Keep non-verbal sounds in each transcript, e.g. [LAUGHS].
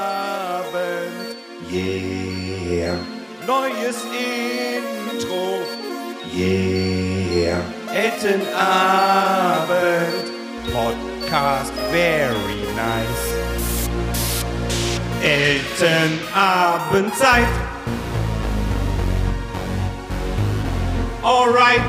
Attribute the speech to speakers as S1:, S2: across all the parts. S1: Eltenabend.
S2: Yeah,
S1: Neues Intro.
S2: yeah,
S1: Eltenabend. Podcast very nice. Eltenabendzeit. Alright.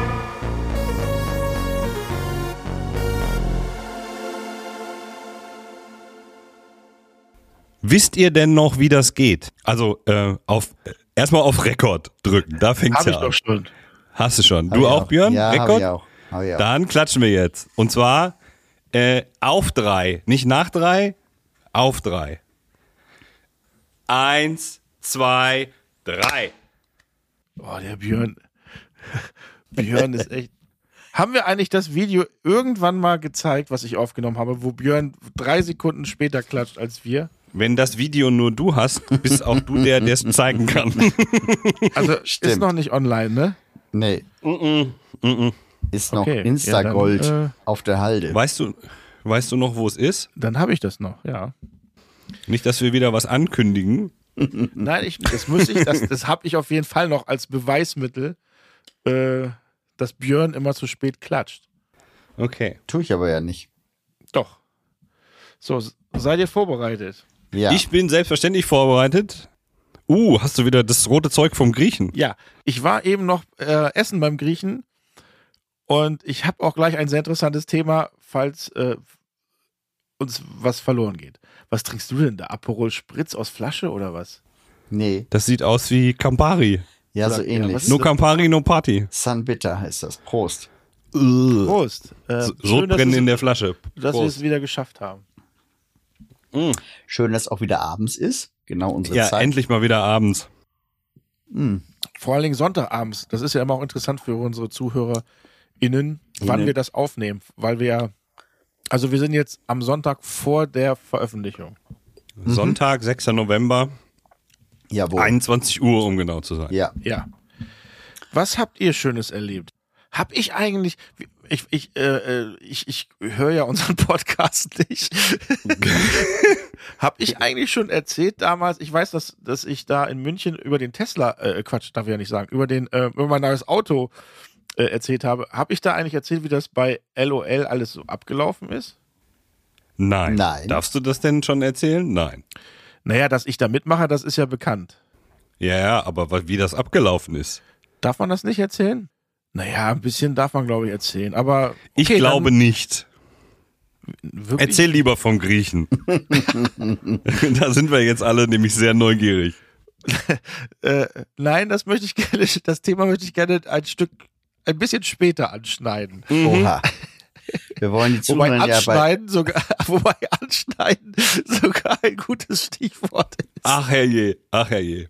S3: Wisst ihr denn noch, wie das geht? Also äh, auf äh, erstmal auf Rekord drücken. Da fängt's
S4: Hab
S3: ja
S4: ich
S3: an.
S4: doch schon.
S3: Hast du schon?
S2: Hab
S3: du
S2: ich
S3: auch, Björn?
S2: Ja, hab
S3: Rekord?
S2: ich auch. Hab ich auch.
S3: Dann klatschen wir jetzt. Und zwar äh, auf drei, nicht nach drei, auf drei. Eins, zwei, drei.
S4: Boah, der Björn. Björn ist echt. Haben wir eigentlich das Video irgendwann mal gezeigt, was ich aufgenommen habe, wo Björn drei Sekunden später klatscht als wir?
S3: Wenn das Video nur du hast, bist auch du der,
S2: [LAUGHS]
S3: der es zeigen kann.
S4: Also
S2: Stimmt.
S4: ist noch nicht online, ne?
S2: Nee. Ist noch
S4: Okay, ja,
S2: Instagold
S4: dann, äh,
S2: auf der Halde.
S3: Weißt du, weißt du noch, wo es ist?
S4: Dann habe ich das noch, ja.
S3: Nicht, dass wir wieder was ankündigen.
S4: Nein, ich, das muss ich, das, das habe ich auf jeden Fall noch als Beweismittel, äh, dass Björn immer zu spät klatscht.
S3: Okay.
S2: Tue ich aber ja nicht.
S4: Doch. So, s- seid ihr vorbereitet?
S2: Ja.
S3: Ich bin selbstverständlich vorbereitet. Uh, hast du wieder das rote Zeug vom Griechen?
S4: Ja, ich war eben noch äh, essen beim Griechen und ich habe auch gleich ein sehr interessantes Thema, falls äh, uns was verloren geht. Was trinkst du denn da? Aperol Spritz aus Flasche oder was?
S2: nee.
S3: Das sieht aus wie Campari.
S2: Ja, so
S4: Oder- ja,
S2: ähnlich.
S4: was
S3: No Campari, no Party.
S2: San Bitter heißt das. Prost.
S4: Prost. Äh,
S3: So-
S4: schön, dass
S3: Sodbrennen in
S4: wir's-
S3: der Flasche.
S4: dass wir
S3: Prost.
S4: es wieder geschafft haben.
S2: Schön, dass auch wieder abends ist. Genau unsere
S3: Ja,
S2: Zeit. Hm.
S3: endlich mal wieder abends.
S4: Vor allen Dingen Sonntagabends. Das ist ja immer auch interessant für unsere ZuhörerInnen,
S3: Mhm.
S4: wann
S2: Innen.
S4: wir das aufnehmen, weil wir ja. Also wir sind jetzt am Sonntag vor der Veröffentlichung. Mhm.
S3: Sonntag, 6. November,
S2: Jawohl.
S3: 21 Uhr, um genau zu sein.
S2: ja.
S4: Ja. Was habt ihr Schönes erlebt? Hab ich eigentlich, ich, ich, äh, äh, ich, ich höre ja unseren [LAUGHS] Podcast nicht. Hab ich eigentlich schon erzählt damals, ich weiß, dass, dass ich da in München über den Tesla, äh, Quatsch, darf ich ja nicht sagen, über den, äh, über mein neues Auto äh, erzählt habe. Hab ich da eigentlich erzählt, wie das bei LOL alles so abgelaufen ist?
S3: Nein.
S2: Nein.
S3: Darfst du das denn schon erzählen? Nein.
S4: Naja, dass ich da mitmache, das ist ja bekannt.
S3: Ja, ja, aber wa- wie das abgelaufen ist.
S4: Darf man das nicht erzählen? Naja, ein bisschen darf man, glaube ich, erzählen, aber.
S3: Ich
S4: okay,
S3: glaube nicht.
S4: dann wirklich-
S3: Erzähl lieber vom [LAUGHS] Griechen. da sind wir jetzt alle nämlich sehr neugierig.
S4: Äh, nein, das möchte ich [LAUGHS] gerne, das Thema möchte ich gerne ein Stück, ein bisschen später anschneiden.
S3: Mhm.
S2: Oha. Wir wollen die
S4: Wobei
S2: Zuhörer ja bei.
S4: anschneiden, sogar, [LAUGHS] wobei anschneiden [LAUGHS] sogar ein gutes Stichwort ist. Äh,
S3: Ach herrje, ach herrje.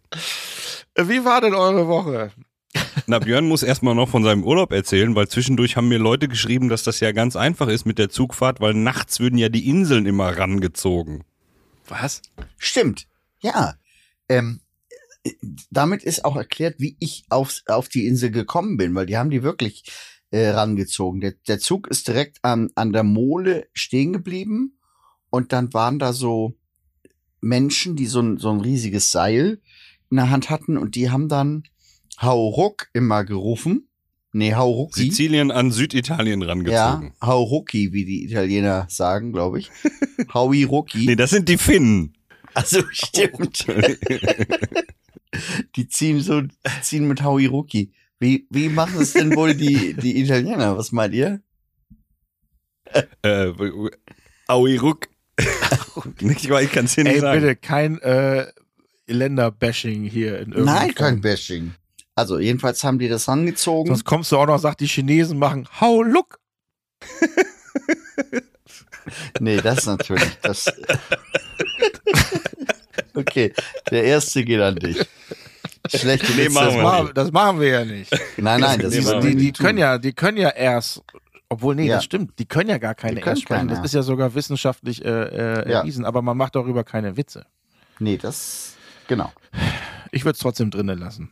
S4: Wie war denn eure Woche?
S3: Na, Björn muss erstmal noch von seinem Urlaub erzählen, weil zwischendurch haben mir Leute geschrieben, dass das ja ganz einfach ist mit der Zugfahrt, weil nachts würden ja die Inseln immer rangezogen.
S4: Was?
S2: Stimmt. Ja. Ähm, damit ist auch erklärt, wie ich auf, auf die Insel gekommen bin, weil die haben die wirklich äh, rangezogen. Der, der Zug ist direkt an, an der Mole stehen geblieben und dann waren da so Menschen, die so ein, so ein riesiges Seil in der Hand hatten und die haben dann Hauruck immer gerufen. Nee, Haurucki.
S3: Sizilien an Süditalien rangezogen.
S2: Ja, Haurucki, wie die Italiener sagen, glaube
S3: [LAUGHS]
S2: ich. Haui Rucki.
S3: Nee, das sind die Finnen. [LAUGHS]
S2: Also stimmt. die ziehen so, die ziehen mit Hauiruki. Wie, wie machen es denn wohl die, die Italiener? Was meint ihr?
S3: Äh,
S4: [LAUGHS]
S3: Auiruk. ich weiß, ich kann es hier nicht
S4: Ey,
S3: sagen.
S4: bitte, kein äh, Länderbashing hier in irgendeiner
S2: Nein,
S4: Form.
S2: kein Bashing. Also, jedenfalls haben die das rangezogen.
S4: Sonst kommst du auch noch und sagst, die Chinesen machen Hau Look.
S2: Nee, das natürlich. Das okay, der erste geht an dich. Schlechte
S3: Nee,
S2: Witze.
S3: machen
S4: Das,
S3: wir
S4: ma- das machen wir ja nicht.
S2: Nein, nein, das
S3: Nee,
S2: ist
S3: machen wir
S4: die, die können ja, die können ja erst, obwohl, nee,
S2: Ja.
S4: das stimmt, die können ja gar keine
S2: Die können
S4: erst sprechen.
S2: keine.
S4: Das ist ja sogar wissenschaftlich äh, äh,
S2: Ja.
S4: erwiesen, aber man macht darüber keine Witze.
S2: Nee, das. Genau.
S4: Ich würde es trotzdem drinnen lassen.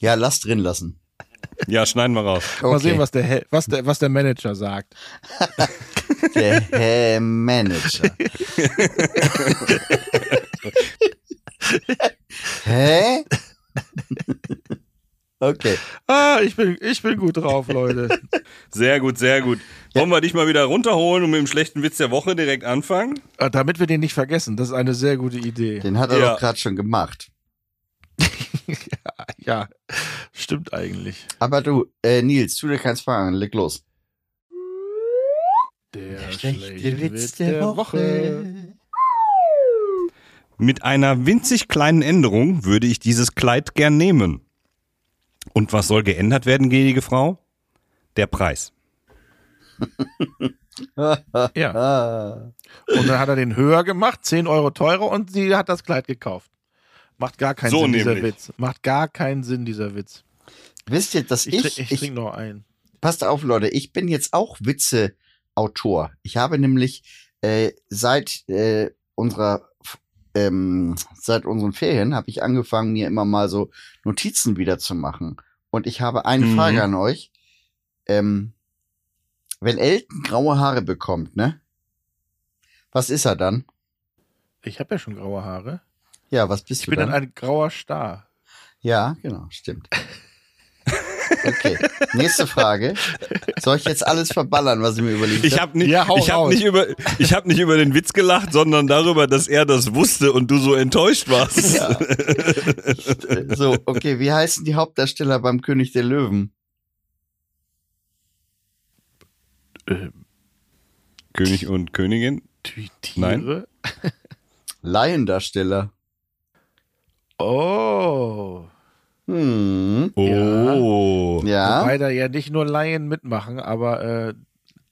S2: Ja, lass drin lassen.
S3: Ja, schneiden wir raus.
S2: Okay.
S4: Mal sehen, was der, Hel- was der, was der Manager sagt.
S2: Der Herr Manager. Hä? Okay.
S4: Ah, ich bin, ich bin gut drauf, [LAUGHS] Leute.
S3: Sehr gut, sehr gut. Wollen wir dich mal wieder runterholen und mit dem schlechten Witz der Woche direkt anfangen?
S4: Ah, Damit wir den nicht vergessen, das ist eine sehr gute Idee.
S2: Den hat er
S3: Ja.
S2: doch gerade schon gemacht.
S4: [LAUGHS] Ja, stimmt eigentlich.
S2: Aber du, äh, Nils, tu dir keins Fragen, leg los.
S4: Der, schlechte Witz der Woche.
S3: Mit einer winzig kleinen Änderung würde ich dieses Kleid gern nehmen. Und was soll geändert werden, gnädige Frau? Der Preis.
S4: Ja.
S2: Ah.
S4: Und dann hat er den höher gemacht, 10 Euro teurer und sie hat das Kleid gekauft. Macht gar keinen
S3: So
S4: Sinn, dieser
S3: nämlich.
S4: Witz. Macht gar keinen Sinn, dieser Witz.
S2: Wisst ihr, dass
S4: Ich,
S2: ich,
S4: trin- ich,
S2: ich
S4: trinke noch einen.
S2: passt auf, Leute, ich bin jetzt auch Witzeautor. Ich habe nämlich äh, seit äh, unserer ähm, seit unseren Ferien habe ich angefangen, mir immer mal so Notizen wieder zu machen. Und ich habe eine
S3: Mhm.
S2: Frage an euch. Ähm, wenn Elton graue Haare bekommt, ne? Was ist er dann?
S4: Ich habe ja schon graue Haare.
S2: Ja, was bist
S4: Ich
S2: du
S4: bin
S2: dann?
S4: dann ein grauer Star.
S2: Ja, genau, stimmt. Okay, nächste Frage. Soll ich jetzt alles verballern, was ich mir überlegt
S3: Ich
S2: habe?
S3: habe nicht,
S4: Ja, hau
S3: ich hab
S4: raus.
S3: nicht, über, ich hab nicht über den Witz gelacht, sondern darüber, dass er das wusste und du so enttäuscht warst.
S2: Ja. [LAUGHS] So, okay, wie heißen die Hauptdarsteller beim König der Löwen?
S3: König und Königin?
S4: Die
S3: Nein.
S4: Tiere?
S2: Laiendarsteller.
S4: Oh.
S2: Hm.
S3: Oh.
S2: Ja,
S4: Wobei da ja nicht nur Laien mitmachen, aber äh,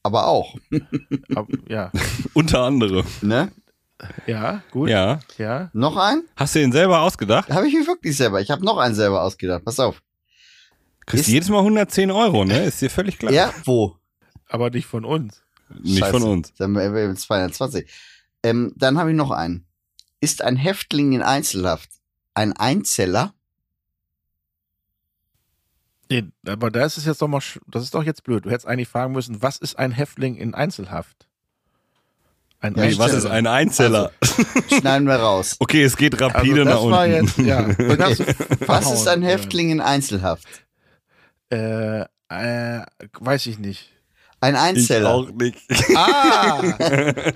S2: aber auch,
S4: [LAUGHS] ab, ja.
S3: Unter anderem.
S2: ne?
S4: Ja, gut.
S3: Ja.
S4: ja.
S2: Noch ein?
S3: Hast du den selber ausgedacht?
S2: Habe ich mir wirklich selber. Ich habe noch einen selber ausgedacht. Pass auf.
S3: Kriegst
S2: Ist-
S3: jedes Mal 110 Euro, ne? Ist dir völlig klar.
S2: Ja, wo?
S4: Aber nicht von uns.
S3: Nicht
S2: Scheiße.
S3: von uns.
S2: Dann wären wir jetzt 220. Ähm, dann habe ich noch einen. Ist ein Häftling in Einzelhaft ein Einzeller?
S4: Nee, aber da ist es jetzt doch mal, sch- das ist doch jetzt blöd. Du hättest eigentlich fragen müssen, was ist ein Häftling in Einzelhaft? Ein
S2: Ja,
S3: Nee, was ist ein Einzeller?
S2: Schneiden
S3: [LAUGHS]
S2: wir raus.
S3: Okay, es geht
S4: also,
S3: rapide
S4: das
S3: nach unten.
S4: war jetzt, ja. den hast du
S2: Was
S4: verhauen.
S2: ist ein Häftling in Einzelhaft?
S4: Oh, Äh, äh, weiß ich nicht.
S3: [LAUGHS]
S2: Ein
S3: ich
S2: Einzeller.
S3: auch nicht.
S4: Ah,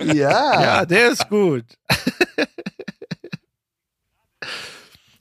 S2: Ja.
S4: [LAUGHS] ja, der ist gut.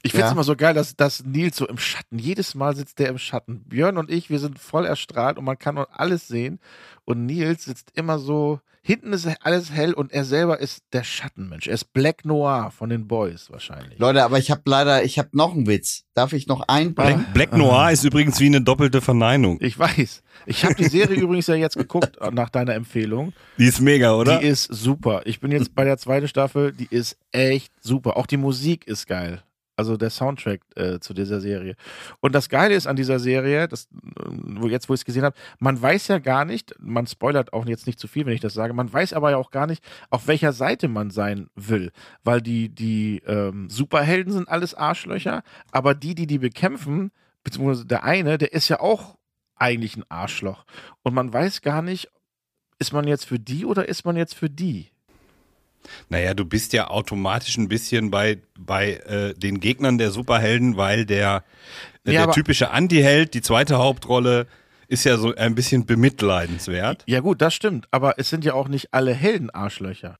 S4: Ich finde es
S2: Ja.
S4: immer so geil, dass, dass Nils so im Schatten, jedes Mal sitzt der im Schatten. Björn und ich, wir sind voll erstrahlt und man kann uns alles sehen. Und Nils sitzt immer so, hinten ist alles hell und er selber ist der Schattenmensch. Er ist Black Noir von den Boys wahrscheinlich.
S2: Leute, aber ich habe leider, ich habe noch einen Witz. Darf ich noch einen?
S3: Black, Black Noir ist übrigens wie eine doppelte Verneinung.
S4: Ich weiß. Ich habe die Serie übrigens ja jetzt geguckt äh, nach deiner Empfehlung.
S3: Die ist mega, oder?
S4: Die ist super. Ich bin jetzt bei der zweiten Staffel, die ist echt super. Auch die Musik ist geil. Also der Soundtrack äh, zu dieser Serie. Und das Geile ist an dieser Serie, das, äh, wo jetzt, wo ich es gesehen habe, man weiß ja gar nicht, man spoilert auch jetzt nicht zu viel, wenn ich das sage, man weiß aber ja auch gar nicht, auf welcher Seite man sein will. Weil die, die ähm, Superhelden sind alles Arschlöcher, aber die, die die bekämpfen, beziehungsweise der eine, der ist ja auch eigentlich ein Arschloch. Und man weiß gar nicht, ist man jetzt für die oder ist man jetzt für die?
S3: Naja, du bist ja automatisch ein bisschen bei, bei äh, den Gegnern der Superhelden, weil der, äh,
S4: Ja,
S3: der
S4: aber-
S3: typische Anti-Held, die zweite Hauptrolle, ist ja so ein bisschen bemitleidenswert.
S4: Ja gut, das stimmt, aber es sind ja auch nicht alle Helden Arschlöcher.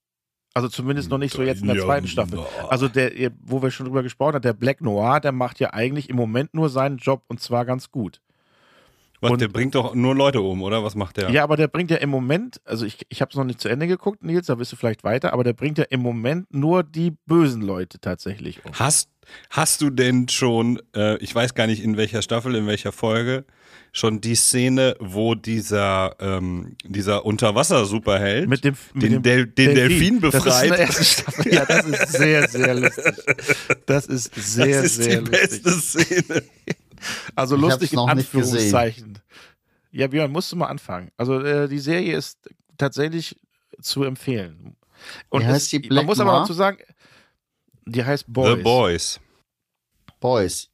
S4: Also zumindest noch nicht so jetzt in der
S3: Ja,
S4: zweiten Staffel.
S3: na.
S4: Also der, ihr- wo wir schon drüber gesprochen haben, der Black Noir, der macht ja eigentlich im Moment nur seinen Job und zwar ganz gut.
S3: Was,
S4: Und-
S3: der bringt doch nur Leute um, oder? Was macht der?
S4: Ja, aber der bringt ja im Moment, also ich, ich habe es noch nicht zu Ende geguckt, Nils, da bist du vielleicht weiter, aber der bringt ja im Moment nur die bösen Leute tatsächlich um.
S3: Hast, hast du denn schon, äh, ich weiß gar nicht in welcher Staffel, in welcher Folge, schon die Szene, wo dieser, ähm, dieser Unterwasser-Superheld
S4: Mit dem, mit
S3: den,
S4: dem
S3: Del den Delfin,
S4: Das ist in der
S3: befreit?
S4: ersten Staffel. Ja, das ist sehr, sehr lustig. Das ist
S3: [LAUGHS]
S4: sehr,
S3: das ist
S4: sehr
S3: die
S4: lustig.
S3: beste Szene.
S4: Also
S2: Ich
S4: lustig
S2: hab's
S4: in
S2: noch nicht gesehen.
S4: Anführungszeichen. Ja, Björn, musst du mal anfangen. Also äh, die Serie ist tatsächlich zu empfehlen.
S2: Wie heißt die Black
S4: man muss aber
S2: Noir?
S4: dazu sagen, die heißt Boys.
S3: The Boys.
S2: Boys.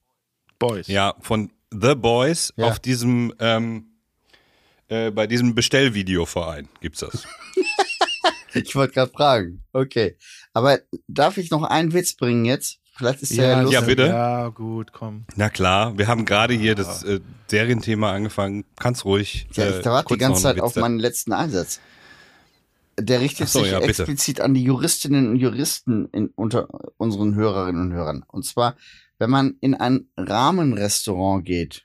S4: Boys.
S3: Ja, von The Boys
S2: Ja.
S3: auf diesem ähm, äh, bei diesem Bestellvideoverein gibt's das.
S2: Ich wollte gerade fragen. Okay. Aber darf ich noch einen Witz bringen jetzt? Vielleicht ist der ja,
S3: ja,
S2: lustig.
S3: bitte.
S4: Ja, gut, komm.
S3: Na klar, wir haben gerade hier das äh, Serienthema angefangen. Kannst ruhig.
S2: Ah.
S3: äh,
S2: Ja, ich warte die
S3: kurz
S2: ganze
S3: noch
S2: Zeit
S3: einen Witz
S2: auf
S3: da-
S2: meinen letzten Einsatz. Der richtet
S3: Ach so,
S2: sich
S3: ja, bitte.
S2: explizit an die Juristinnen und Juristen in, unter unseren Hörerinnen und Hörern. Und zwar, wenn man in ein Rahmenrestaurant geht.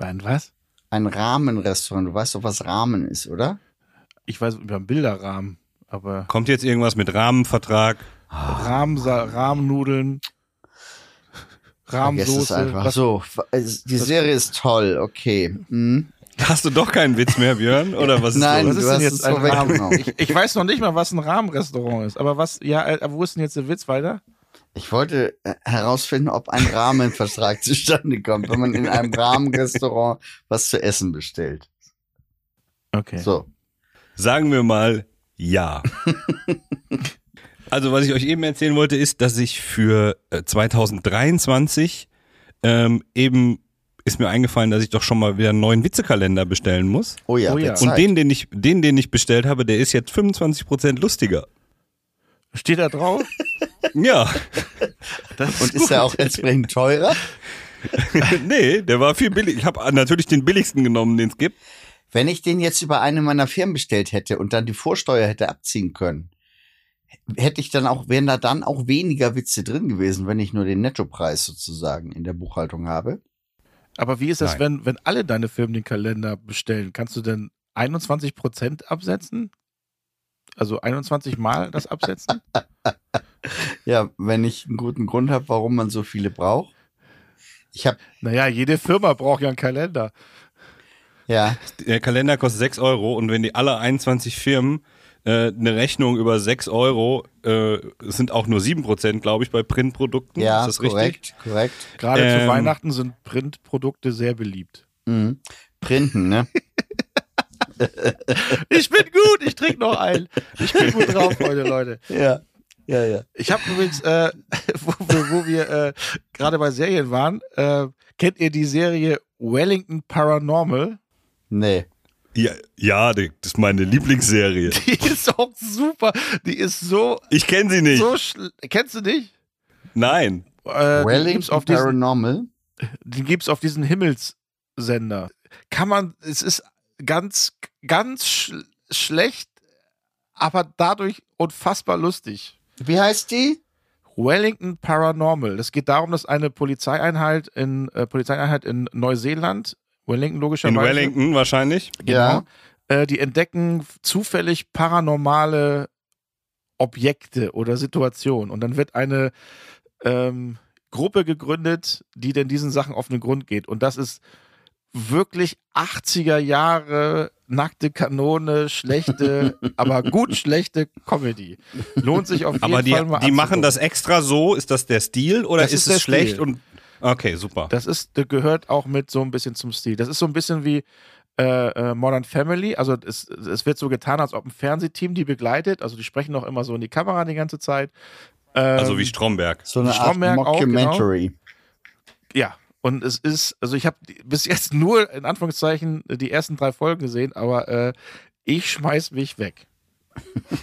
S4: Ein was?
S2: Ein Rahmenrestaurant. Du weißt doch, was Rahmen ist, oder?
S4: Ich weiß über einen Bilderrahmen, aber
S3: Kommt jetzt irgendwas mit Rahmenvertrag?
S4: Rahmen,
S2: [LAUGHS]
S4: Rahmennudeln,
S2: Vergesst es
S4: Rahmensoße.
S2: einfach.
S4: Was,
S2: So, also die Serie ist toll, okay. Hm.
S3: Hast du doch keinen Witz mehr, Björn? Oder was ist
S2: Nein,
S3: los?
S4: was
S2: du
S4: ist denn
S2: hast
S4: jetzt
S2: es
S4: ein
S2: vorweggenommen.
S4: ich, ich weiß noch nicht mal, was ein Rahmenrestaurant ist. Aber was, ja, äh, aber wo ist denn jetzt der Witz weiter?
S2: Ich wollte äh, herausfinden, ob ein
S3: [LAUGHS]
S2: Rahmenvertrag zustande kommt, wenn man in einem Rahmenrestaurant was zu essen bestellt.
S4: Okay.
S2: So.
S3: Sagen wir mal
S2: [LAUGHS]
S3: ja. also, was ich euch eben erzählen wollte, ist, dass ich für äh, 2023 ähm, eben ist mir eingefallen, dass ich doch schon mal wieder einen neuen Witzekalender bestellen muss.
S2: Oh ja,
S4: Oh ja.
S2: wird
S3: Und
S2: Zeit.
S3: den, den ich, den, den ich bestellt habe, der ist jetzt 25%
S2: [LAUGHS]
S3: lustiger.
S4: Steht da drauf?
S3: Ja,
S4: Das
S3: [LAUGHS]
S2: Und ist er auch entsprechend teurer?
S3: nee, der war viel billig. Ich habe natürlich den billigsten genommen, den es gibt.
S2: Wenn ich den jetzt über eine meiner Firmen bestellt hätte und dann die Vorsteuer hätte abziehen können, hätte ich dann auch, wären da dann auch weniger Witze drin gewesen, wenn ich nur den Nettopreis sozusagen in der Buchhaltung habe.
S4: Aber wie ist das,
S3: Nein.
S4: wenn, wenn alle deine Firmen den Kalender bestellen? Kannst du denn 21% absetzen? Also 21 Mal das [LAUGHS] absetzen?
S2: Ja, wenn ich einen guten Grund habe, warum man so viele braucht. Ich habe,
S4: naja, jede Firma braucht ja einen Kalender.
S2: ja,
S3: Der Kalender kostet 6 Euro und wenn die alle 21 Firmen äh, eine Rechnung über 6 Euro, äh, es sind auch nur 7%, glaube ich, bei Printprodukten.
S2: ja,
S3: ist das richtig?
S2: korrekt, korrekt.
S4: Gerade zu
S3: Ähm.
S4: Weihnachten sind Printprodukte sehr beliebt.
S2: Mhm. Printen, ne?
S4: Ich bin gut, ich trinke noch einen. Ich bin gut drauf heute, Leute.
S2: [LAUGHS] Ja, ja, ja.
S4: Ich habe übrigens, äh, [LAUGHS] wo, wir- wo wir äh, gerade bei Serien waren, äh, kennt ihr die Serie Wellington Paranormal?
S3: Äh,
S2: Nee.
S3: Ja, ja, die- das ist meine Lieblingsserie.
S4: Die ist auch super. Die ist so,
S3: Ich kenne sie nicht.
S4: so schl- Kennst du dich?
S3: Nein.
S4: Äh, die gibt's
S2: Wellington
S4: auf diesen,
S2: Paranormal.
S4: die gibt's auf diesen Himmelssender. Kann man, es ist ganz, ganz schl schlecht, aber dadurch unfassbar lustig.
S2: Wie heißt die?
S4: Wellington Paranormal. Es geht darum, dass eine Polizeieinheit in äh, Polizeieinheit in Neuseeland, Wellington
S3: In
S4: logischerweise,
S3: Wellington wahrscheinlich.
S4: genau, äh, die entdecken zufällig paranormale Objekte oder Situationen. Und dann wird eine ähm, Gruppe gegründet, die denn diesen Sachen auf den Grund geht. Und das ist wirklich 80er Jahre nackte Kanone, schlechte, aber gut schlechte Comedy. Lohnt sich auf jeden
S3: Aber die,
S4: Fall mal
S3: die machen
S4: anzugucken.
S3: das extra so. Ist das der Stil oder
S4: Das
S3: ist,
S4: ist der
S3: es schlecht?
S4: Stil.
S3: Und okay, super.
S4: Das ist, das gehört auch mit so ein bisschen zum Stil. Das ist so ein bisschen wie äh, äh, Modern Family. Also es, es wird so getan, als ob ein Fernsehteam die begleitet. Also die sprechen auch immer so in die Kamera die ganze Zeit. Ähm,
S3: also wie Stromberg. genau.
S2: So eine Art
S4: Stromberg auch,
S2: Mockumentary.
S4: ja. Und es ist, also ich habe bis jetzt nur in Anführungszeichen die ersten drei Folgen gesehen, aber äh, ich schmeiß mich weg.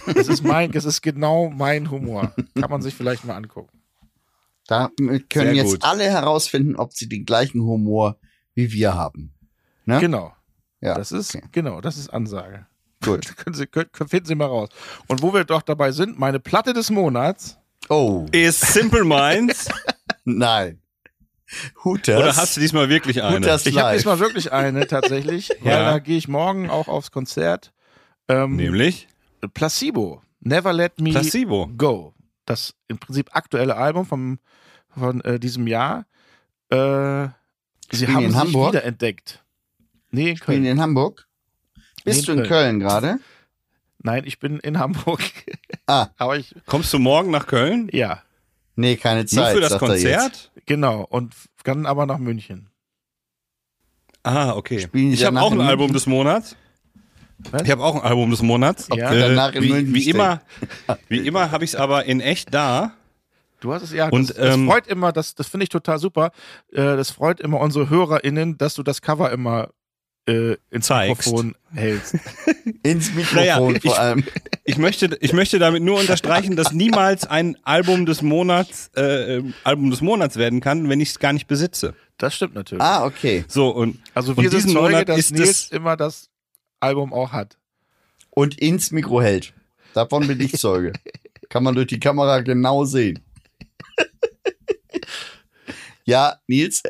S4: das ist mein, das ist genau mein Humor. Kann man sich vielleicht mal angucken.
S2: Damit können
S3: Sehr
S2: jetzt
S3: gut.
S2: alle herausfinden, ob sie den gleichen Humor wie wir haben. Ja?
S4: Genau.
S2: Ja,
S4: Das ist,
S2: okay.
S4: genau, das ist Ansage. [LAUGHS]
S2: gut.
S4: können Sie, können, finden Sie mal raus. Und wo wir doch dabei sind, meine Platte des Monats.
S2: Oh,
S4: Ähm.
S3: Ist Simple
S4: [LAUGHS]
S3: Minds
S2: nein. Hooters.
S3: oder hast du diesmal wirklich eine?
S2: Hooters
S4: Ich habe
S2: live.
S4: diesmal wirklich eine
S2: [LAUGHS]
S4: tatsächlich, weil
S3: Ja.
S4: da gehe ich morgen auch aufs Konzert. Ähm,
S3: Nämlich
S4: Placebo, Never Let Me
S3: Placebo.
S4: Go. Das im Prinzip aktuelle Album vom, von äh, diesem Jahr. Äh, sie
S2: Spielen
S4: haben
S2: in
S4: sich
S2: Hamburg?
S4: wiederentdeckt. Nee, in
S2: Bin
S4: Köln.
S2: in Hamburg. Bist
S4: Nee,
S2: du in Köln gerade?
S4: Nein, ich bin in Hamburg.
S2: Ah.
S4: [LAUGHS] Aber ich,
S3: Kommst du morgen nach Köln?
S4: ja,
S2: Nee, keine
S3: Nur
S2: Zeit.
S3: für das
S2: sagt er jetzt.
S3: Konzert?
S4: genau. Und kann aber nach München.
S3: Ah, okay.
S2: Spielen die
S3: Ich habe
S2: danach
S3: auch ein
S2: in
S3: Album
S2: München?
S3: des Monats.
S4: Was?
S3: Ich habe auch ein Album des Monats. Äh,
S4: Ob
S2: die danach in
S3: wie,
S2: München
S3: wie
S2: stehen?
S3: immer, wie immer habe ich es aber in echt da.
S4: Du hast es ja.
S3: Und,
S4: das, das
S3: ähm,
S4: freut immer, das, das finde ich total super. Äh, das freut immer unsere HörerInnen, dass du das Cover immer äh, ins
S3: Zeigst.
S4: Mikrofon hältst.
S2: Ins Mikrofon
S3: Naja, ich-
S2: vor allem.
S3: Ich möchte, ich möchte damit nur unterstreichen, dass niemals ein Album des Monats äh, ähm, Album des Monats werden kann, wenn ich es gar nicht besitze.
S4: Das stimmt natürlich.
S2: Ah, okay.
S3: So und
S4: also
S3: und
S4: wir sind
S3: diesen
S4: Zeuge,
S3: Monat
S4: dass
S3: ist
S4: Nils
S3: es
S4: immer das Album auch hat.
S2: Und ins Mikro hält. Davon bin ich Zeuge. Kann man durch die Kamera genau sehen. ja, Nils.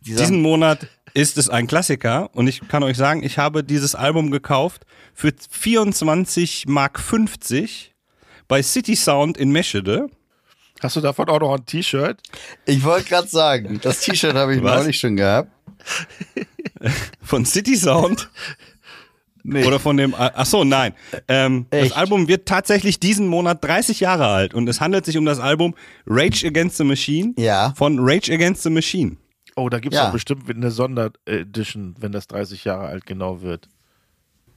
S2: Dieser,
S3: diesen Monat ist es ein Klassiker und ich kann euch sagen, ich habe dieses Album gekauft für 24 Mark 50 bei City Sound in Meschede.
S4: Hast du davon auch noch ein T-Shirt?
S2: ich wollte gerade sagen, das T-Shirt habe ich
S3: Was?
S2: noch nicht schon gehabt.
S3: Von City
S2: [LAUGHS]
S3: Sound?
S2: Nee.
S3: Oder von dem. Al- Ach so, nein. Ähm, das
S2: Echt?
S3: Album wird tatsächlich diesen Monat 30 Jahre alt und es handelt sich um das Album Rage Against the Machine
S2: Ja.
S3: von Rage Against the Machine.
S4: Oh, da gibt es
S2: Ja.
S4: doch bestimmt eine Sonderedition, wenn das 30 Jahre alt genau wird.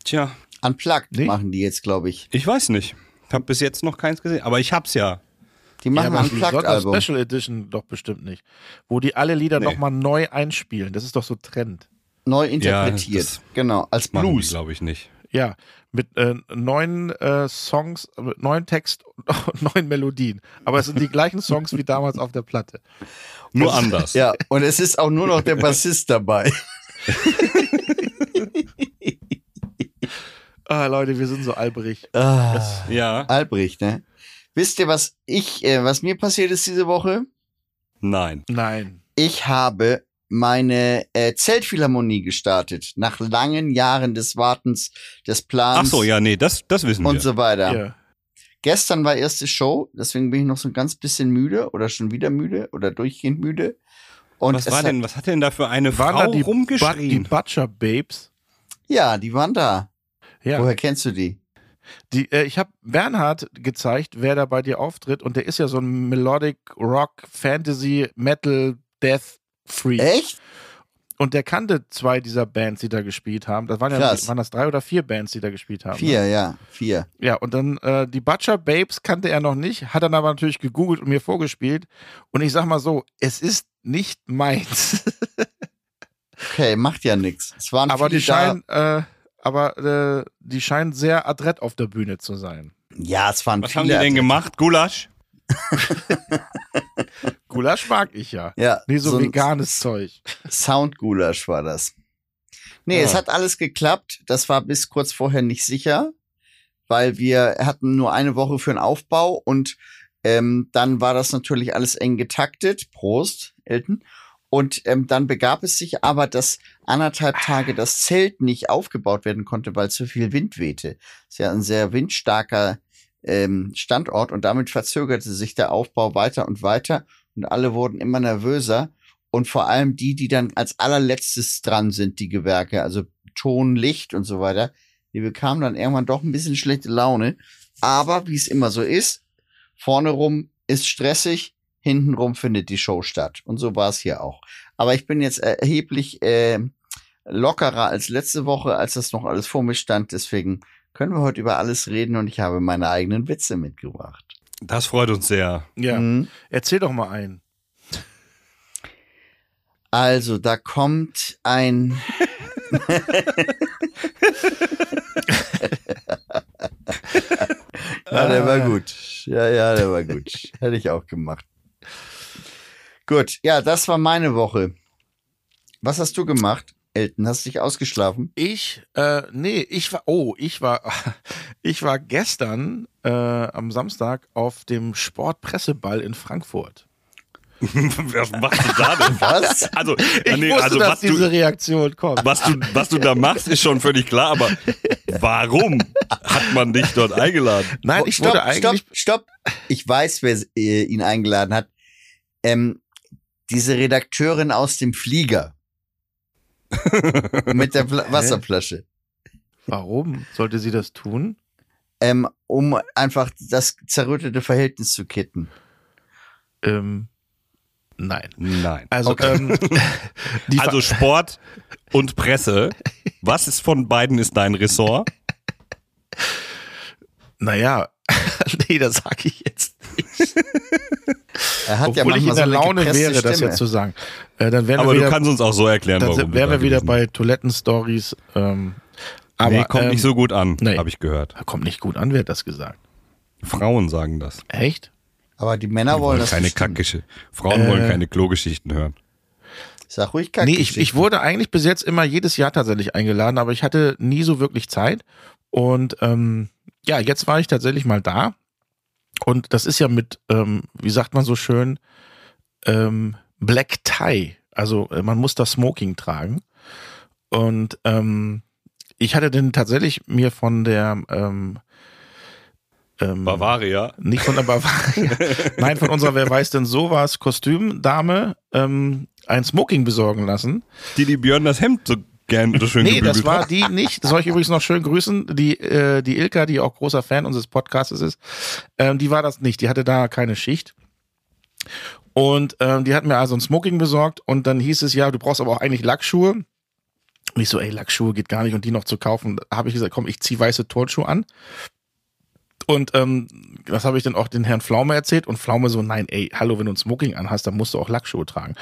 S3: Tja,
S2: Unplugged
S4: Nee.
S2: machen die jetzt, glaube ich.
S3: ich weiß nicht. Ich habe bis jetzt noch keins gesehen, aber ich hab's ja.
S2: Die machen ein
S4: die Sonder-
S2: Unplugged-Album.
S4: Special Edition doch bestimmt nicht. Wo die alle Lieder
S3: Nee.
S4: nochmal neu einspielen. Das ist doch so Trend.
S2: Neu interpretiert.
S3: das
S2: genau, als
S3: Machen die,
S2: Blues.
S3: glaube ich, nicht.
S4: Ja, mit äh, neun äh, Songs, äh, mit neun Text und [LAUGHS] neun Melodien. Aber es sind die gleichen Songs wie damals auf der Platte.
S3: Nur anders.
S2: Ja, und es ist auch nur noch der Bassist dabei.
S4: Ah, Leute, wir sind so albrig.
S2: Ah,
S3: ja.
S2: Albrecht, ne? Wisst ihr, was ich, äh, was mir passiert ist diese Woche?
S3: Nein.
S4: Nein.
S2: Ich habe meine äh, Zeltphilharmonie gestartet. Nach langen Jahren des Wartens, des
S3: Ach
S2: Plans
S3: so, ja, nee, das, das wissen
S2: und
S3: wir.
S2: so weiter.
S4: Ja.
S2: Gestern war erste Show, deswegen bin ich noch so ein ganz bisschen müde oder schon wieder müde oder durchgehend müde. Und
S3: was
S2: es
S3: war
S2: hat-
S3: denn, was hat denn da für eine
S4: Waren
S3: Frau
S4: da die, But- die
S3: rumgeschrien?
S4: Butcher Babes?
S2: Ja, die waren da.
S4: Ja.
S2: Woher kennst du die?
S4: Die, äh, ich habe Bernhard gezeigt, wer da bei dir auftritt. Und der ist ja so ein Melodic Rock, Fantasy, Metal, Death Freak.
S2: Echt?
S4: Und der kannte zwei dieser Bands, die da gespielt haben. Das waren ja
S2: Krass.
S4: waren das drei oder vier Bands, die da gespielt haben.
S2: Vier, ja, vier.
S4: Ne? Ja, und dann äh, die Butcher Babes kannte er noch nicht, hat dann aber natürlich gegoogelt und mir vorgespielt. Und ich sag mal so, es ist nicht meins.
S2: Okay, macht ja nichts. Es waren
S4: aber
S2: viele
S4: die scheinen, äh, aber äh, die scheinen sehr adrett auf der Bühne zu sein.
S2: da. Ja, es waren
S3: Was
S2: viele.
S3: haben die denn
S2: Athleten.
S3: gemacht? Gulasch?
S4: Gulasch mag ich ja.
S2: Ja,
S4: Nee, so,
S2: ein
S4: veganes Zeug.
S2: Soundgulasch war das. Nee,
S4: Ja.
S2: es hat alles geklappt. Das war bis kurz vorher nicht sicher, weil wir hatten nur eine Woche für den Aufbau und ähm, dann war das natürlich alles eng getaktet. Prost, Elton. Und ähm, dann begab es sich aber, dass anderthalb Tage das Zelt nicht aufgebaut werden konnte, weil zu viel Wind wehte. Ist ja ein sehr windstarker ähm, Standort und damit verzögerte sich der Aufbau weiter und weiter und alle wurden immer nervöser und vor allem die, die dann als allerletztes dran sind, die Gewerke, also Ton, Licht und so weiter, die bekamen dann irgendwann doch ein bisschen schlechte Laune. Aber wie es immer so ist, vorne rum ist stressig, hinten rum findet die Show statt. Und so war es hier auch. Aber ich bin jetzt erheblich äh, lockerer als letzte Woche, als das noch alles vor mir stand. Deswegen können wir heute über alles reden und ich habe meine eigenen Witze mitgebracht.
S3: Das freut uns sehr.
S4: Ja.
S2: Mhm.
S4: Erzähl doch mal einen.
S2: Also, da kommt ein. ja, der war gut. Ja, ja, der war gut. Hätte ich auch gemacht. Gut, ja, das war meine Woche. Was hast du gemacht, Elton? Hast du
S4: [LAUGHS]
S2: dich ausgeschlafen?
S4: Ich, äh, nee, ich war, oh, ich war, [LAUGHS] ich war gestern äh, am Samstag auf dem Sportpresseball in Frankfurt.
S3: [LAUGHS] was machst du da denn?
S2: Was?
S3: Also,
S4: Ich
S3: nee,
S4: wusste,
S3: also
S4: dass
S3: was,
S4: diese
S3: du,
S4: Reaktion kommt.
S3: was, du, was du da machst, ist schon völlig klar, aber warum hat man dich dort eingeladen?
S4: Nein, ich wurde eigentlich,
S2: Stopp, stopp. Ich weiß, wer äh, ihn eingeladen hat. Ähm, diese Redakteurin aus
S4: [LAUGHS]
S2: dem Flieger. Mit der Fla Wasserflasche.
S4: warum sollte sie das tun?
S2: Ähm, um einfach das zerrüttete Verhältnis zu kitten.
S4: Ähm, nein.
S3: Nein.
S4: Also, ähm, die
S3: also Sport und Presse. Was ist von beiden ist dein Ressort?
S4: [LAUGHS] naja, nee, das sage ich jetzt.
S2: Er hat ja
S4: Obwohl ich in der
S2: manchmal so eine
S4: Laune
S2: gepresste
S4: wäre, das
S2: Stimme.
S4: jetzt zu sagen. Äh, dann wären
S3: Aber
S4: wir
S3: du
S4: wieder,
S3: kannst uns auch so erklären,
S4: dann
S3: warum.
S4: sind,
S3: du
S4: wären
S3: da
S4: wir wieder
S3: gewesen
S4: bei Toiletten-Stories. Ähm, aber
S3: nee, kommt
S4: ähm,
S3: nicht so gut an,
S4: nee.
S3: habe ich gehört.
S4: Kommt nicht gut an, wer hat das gesagt?
S3: Frauen sagen das.
S4: Echt?
S2: Aber die Männer wollen
S3: Wollen
S2: das
S3: keine
S2: nicht.
S3: Kackgeschichte. Frauen
S4: Äh.
S3: wollen keine Klogeschichten hören.
S2: Sag ruhig
S4: Nee,
S2: Kackgeschichten.
S4: ich, ich wurde eigentlich bis jetzt immer jedes Jahr tatsächlich eingeladen, aber ich hatte nie so wirklich Zeit. Und ähm, ja, jetzt war ich tatsächlich mal da. Und das ist ja mit, ähm, wie sagt man so schön, ähm, Black Tie. Also äh, man muss das Smoking tragen. Und ähm, ich hatte den tatsächlich mir von der ähm, ähm,
S3: Bavaria.
S4: Nicht von der [LAUGHS] Bavaria. Nein, von unserer Wer weiß denn sowas Kostümdame ähm, ein Smoking besorgen lassen.
S3: Die, die Björn das Hemd so gern so schön
S4: Nee, das
S3: gebügelt
S4: war
S3: hat.
S4: die nicht. Soll ich übrigens noch schön grüßen. Die, äh, die Ilka, die auch großer Fan unseres Podcastes ist, ähm, die war das nicht. Die hatte da keine Schicht. Und ähm, die hat mir also ein Smoking besorgt und dann hieß es, ja, du brauchst aber auch eigentlich Lackschuhe. Und ich so, ey, Lackschuhe geht gar nicht und die noch zu kaufen. Da habe ich gesagt, komm, ich zieh weiße Turnschuhe an. Und ähm, das habe ich dann auch den Herrn Pflaume erzählt und Pflaume so, nein, ey, hallo, wenn du ein Smoking anhast, dann musst du auch Lackschuhe tragen.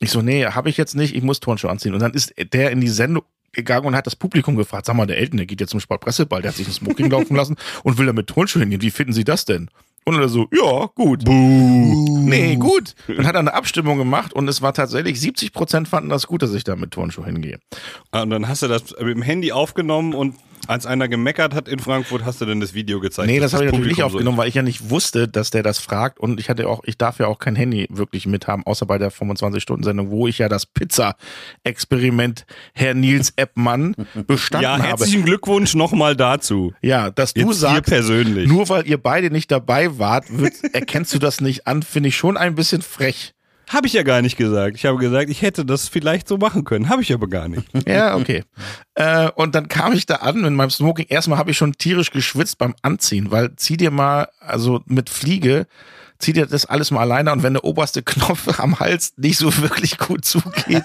S4: Ich so, nee, habe ich jetzt nicht, ich muss Turnschuhe anziehen. Und dann ist der in die Sendung gegangen und hat das Publikum gefragt, sag mal, der Eltern, der geht jetzt zum Sportpresseball, der hat sich
S3: [LAUGHS]
S4: ein Smoking laufen lassen und will da mit Turnschuhen hingehen. Wie finden Sie das denn? Und er so, ja, gut. Nee, gut. Und hat dann eine Abstimmung gemacht und es war tatsächlich, 70 Prozent fanden das gut, dass ich da mit Turnschuhen hingehe.
S3: Ah, Und dann hast du das mit dem Handy aufgenommen und als einer gemeckert hat in Frankfurt, hast du dann das Video gezeigt.
S4: Nee,
S3: dass
S4: das habe ich natürlich nicht
S3: Publikum so-
S4: aufgenommen, weil ich ja nicht wusste, dass der das fragt und ich hatte auch, ich darf ja auch kein Handy wirklich mithaben, außer bei der 25-Stunden-Sendung, wo ich ja das Pizza-Experiment Herr Nils
S3: [LAUGHS]
S4: Eppmann bestanden
S3: Ja,
S4: habe.
S3: herzlichen Glückwunsch nochmal dazu.
S4: Ja, dass du
S3: Jetzt hier
S4: sagst,
S3: persönlich.
S4: nur weil ihr beide nicht dabei
S3: [LAUGHS]
S4: wart, wird, erkennst du das nicht an, finde ich schon ein bisschen frech.
S3: Habe ich ja gar nicht gesagt. Ich habe gesagt, ich hätte das vielleicht so machen können. Habe ich aber gar
S4: [LAUGHS]
S3: nicht.
S4: Ja,
S3: [LAUGHS]
S4: okay. äh, und dann kam ich da an mit meinem Smoking. Erstmal habe ich schon tierisch geschwitzt beim Anziehen, weil zieh dir mal, also mit Fliege, zieh dir das alles mal alleine und wenn der oberste Knopf [LAUGHS] am Hals nicht so wirklich
S3: [LAUGHS]
S4: gut zugeht,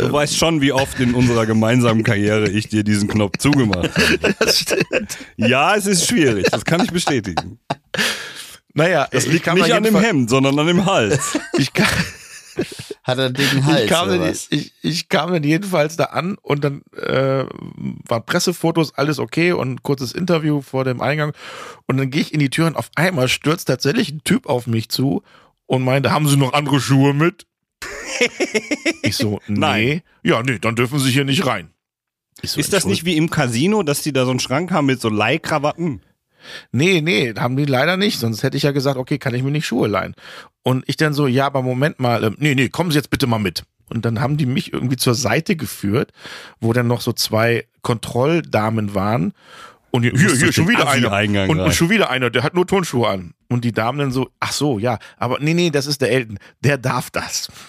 S3: Du weißt schon, wie oft in unserer gemeinsamen Karriere ich dir diesen Knopf zugemacht habe.
S4: [LAUGHS] das stimmt.
S3: Ja, es ist schwierig. Das kann ich bestätigen.
S4: Naja,
S3: Das
S4: ich
S3: liegt
S4: kam da
S3: nicht an dem
S4: jedenfalls-
S3: Hemd, sondern an dem Hals.
S4: Ich kam,
S2: Hat er einen dicken Hals
S4: [LAUGHS] ich, kam
S2: oder
S4: dann,
S2: was?
S4: ich, ich kam dann jedenfalls da an und dann äh, waren Pressefotos, alles okay und ein kurzes Interview vor dem Eingang. Und dann gehe ich in die Tür und auf einmal stürzt tatsächlich ein Typ auf mich zu und meinte, haben Sie noch andere Schuhe
S3: [LAUGHS]
S4: mit? ich so, nee.
S3: Nein.
S4: Ja, nee, dann dürfen Sie hier nicht rein. Ich
S3: [LAUGHS]
S4: so,
S3: Ist das nicht wie im Casino, dass die da so einen Schrank haben mit so Leihkrawatten?
S4: Nee, nee, haben die leider nicht. Sonst hätte ich ja gesagt, okay, kann ich mir nicht Schuhe leihen. Und ich dann so, ja, aber Moment mal, ähm, nee, nee, kommen Sie jetzt bitte mal mit. Und dann haben die mich irgendwie zur Seite geführt, wo dann noch so zwei Kontrolldamen waren. Und hier,
S3: musst
S4: hier, hier
S3: durch
S4: schon
S3: den
S4: wieder
S3: Assi-Eingang
S4: einer. Und,
S3: rein.
S4: und schon wieder einer, der hat nur Turnschuhe an. Und die Damen dann so, ach so, ja, aber nee, nee, das ist der Elton. Der darf das. [LAUGHS]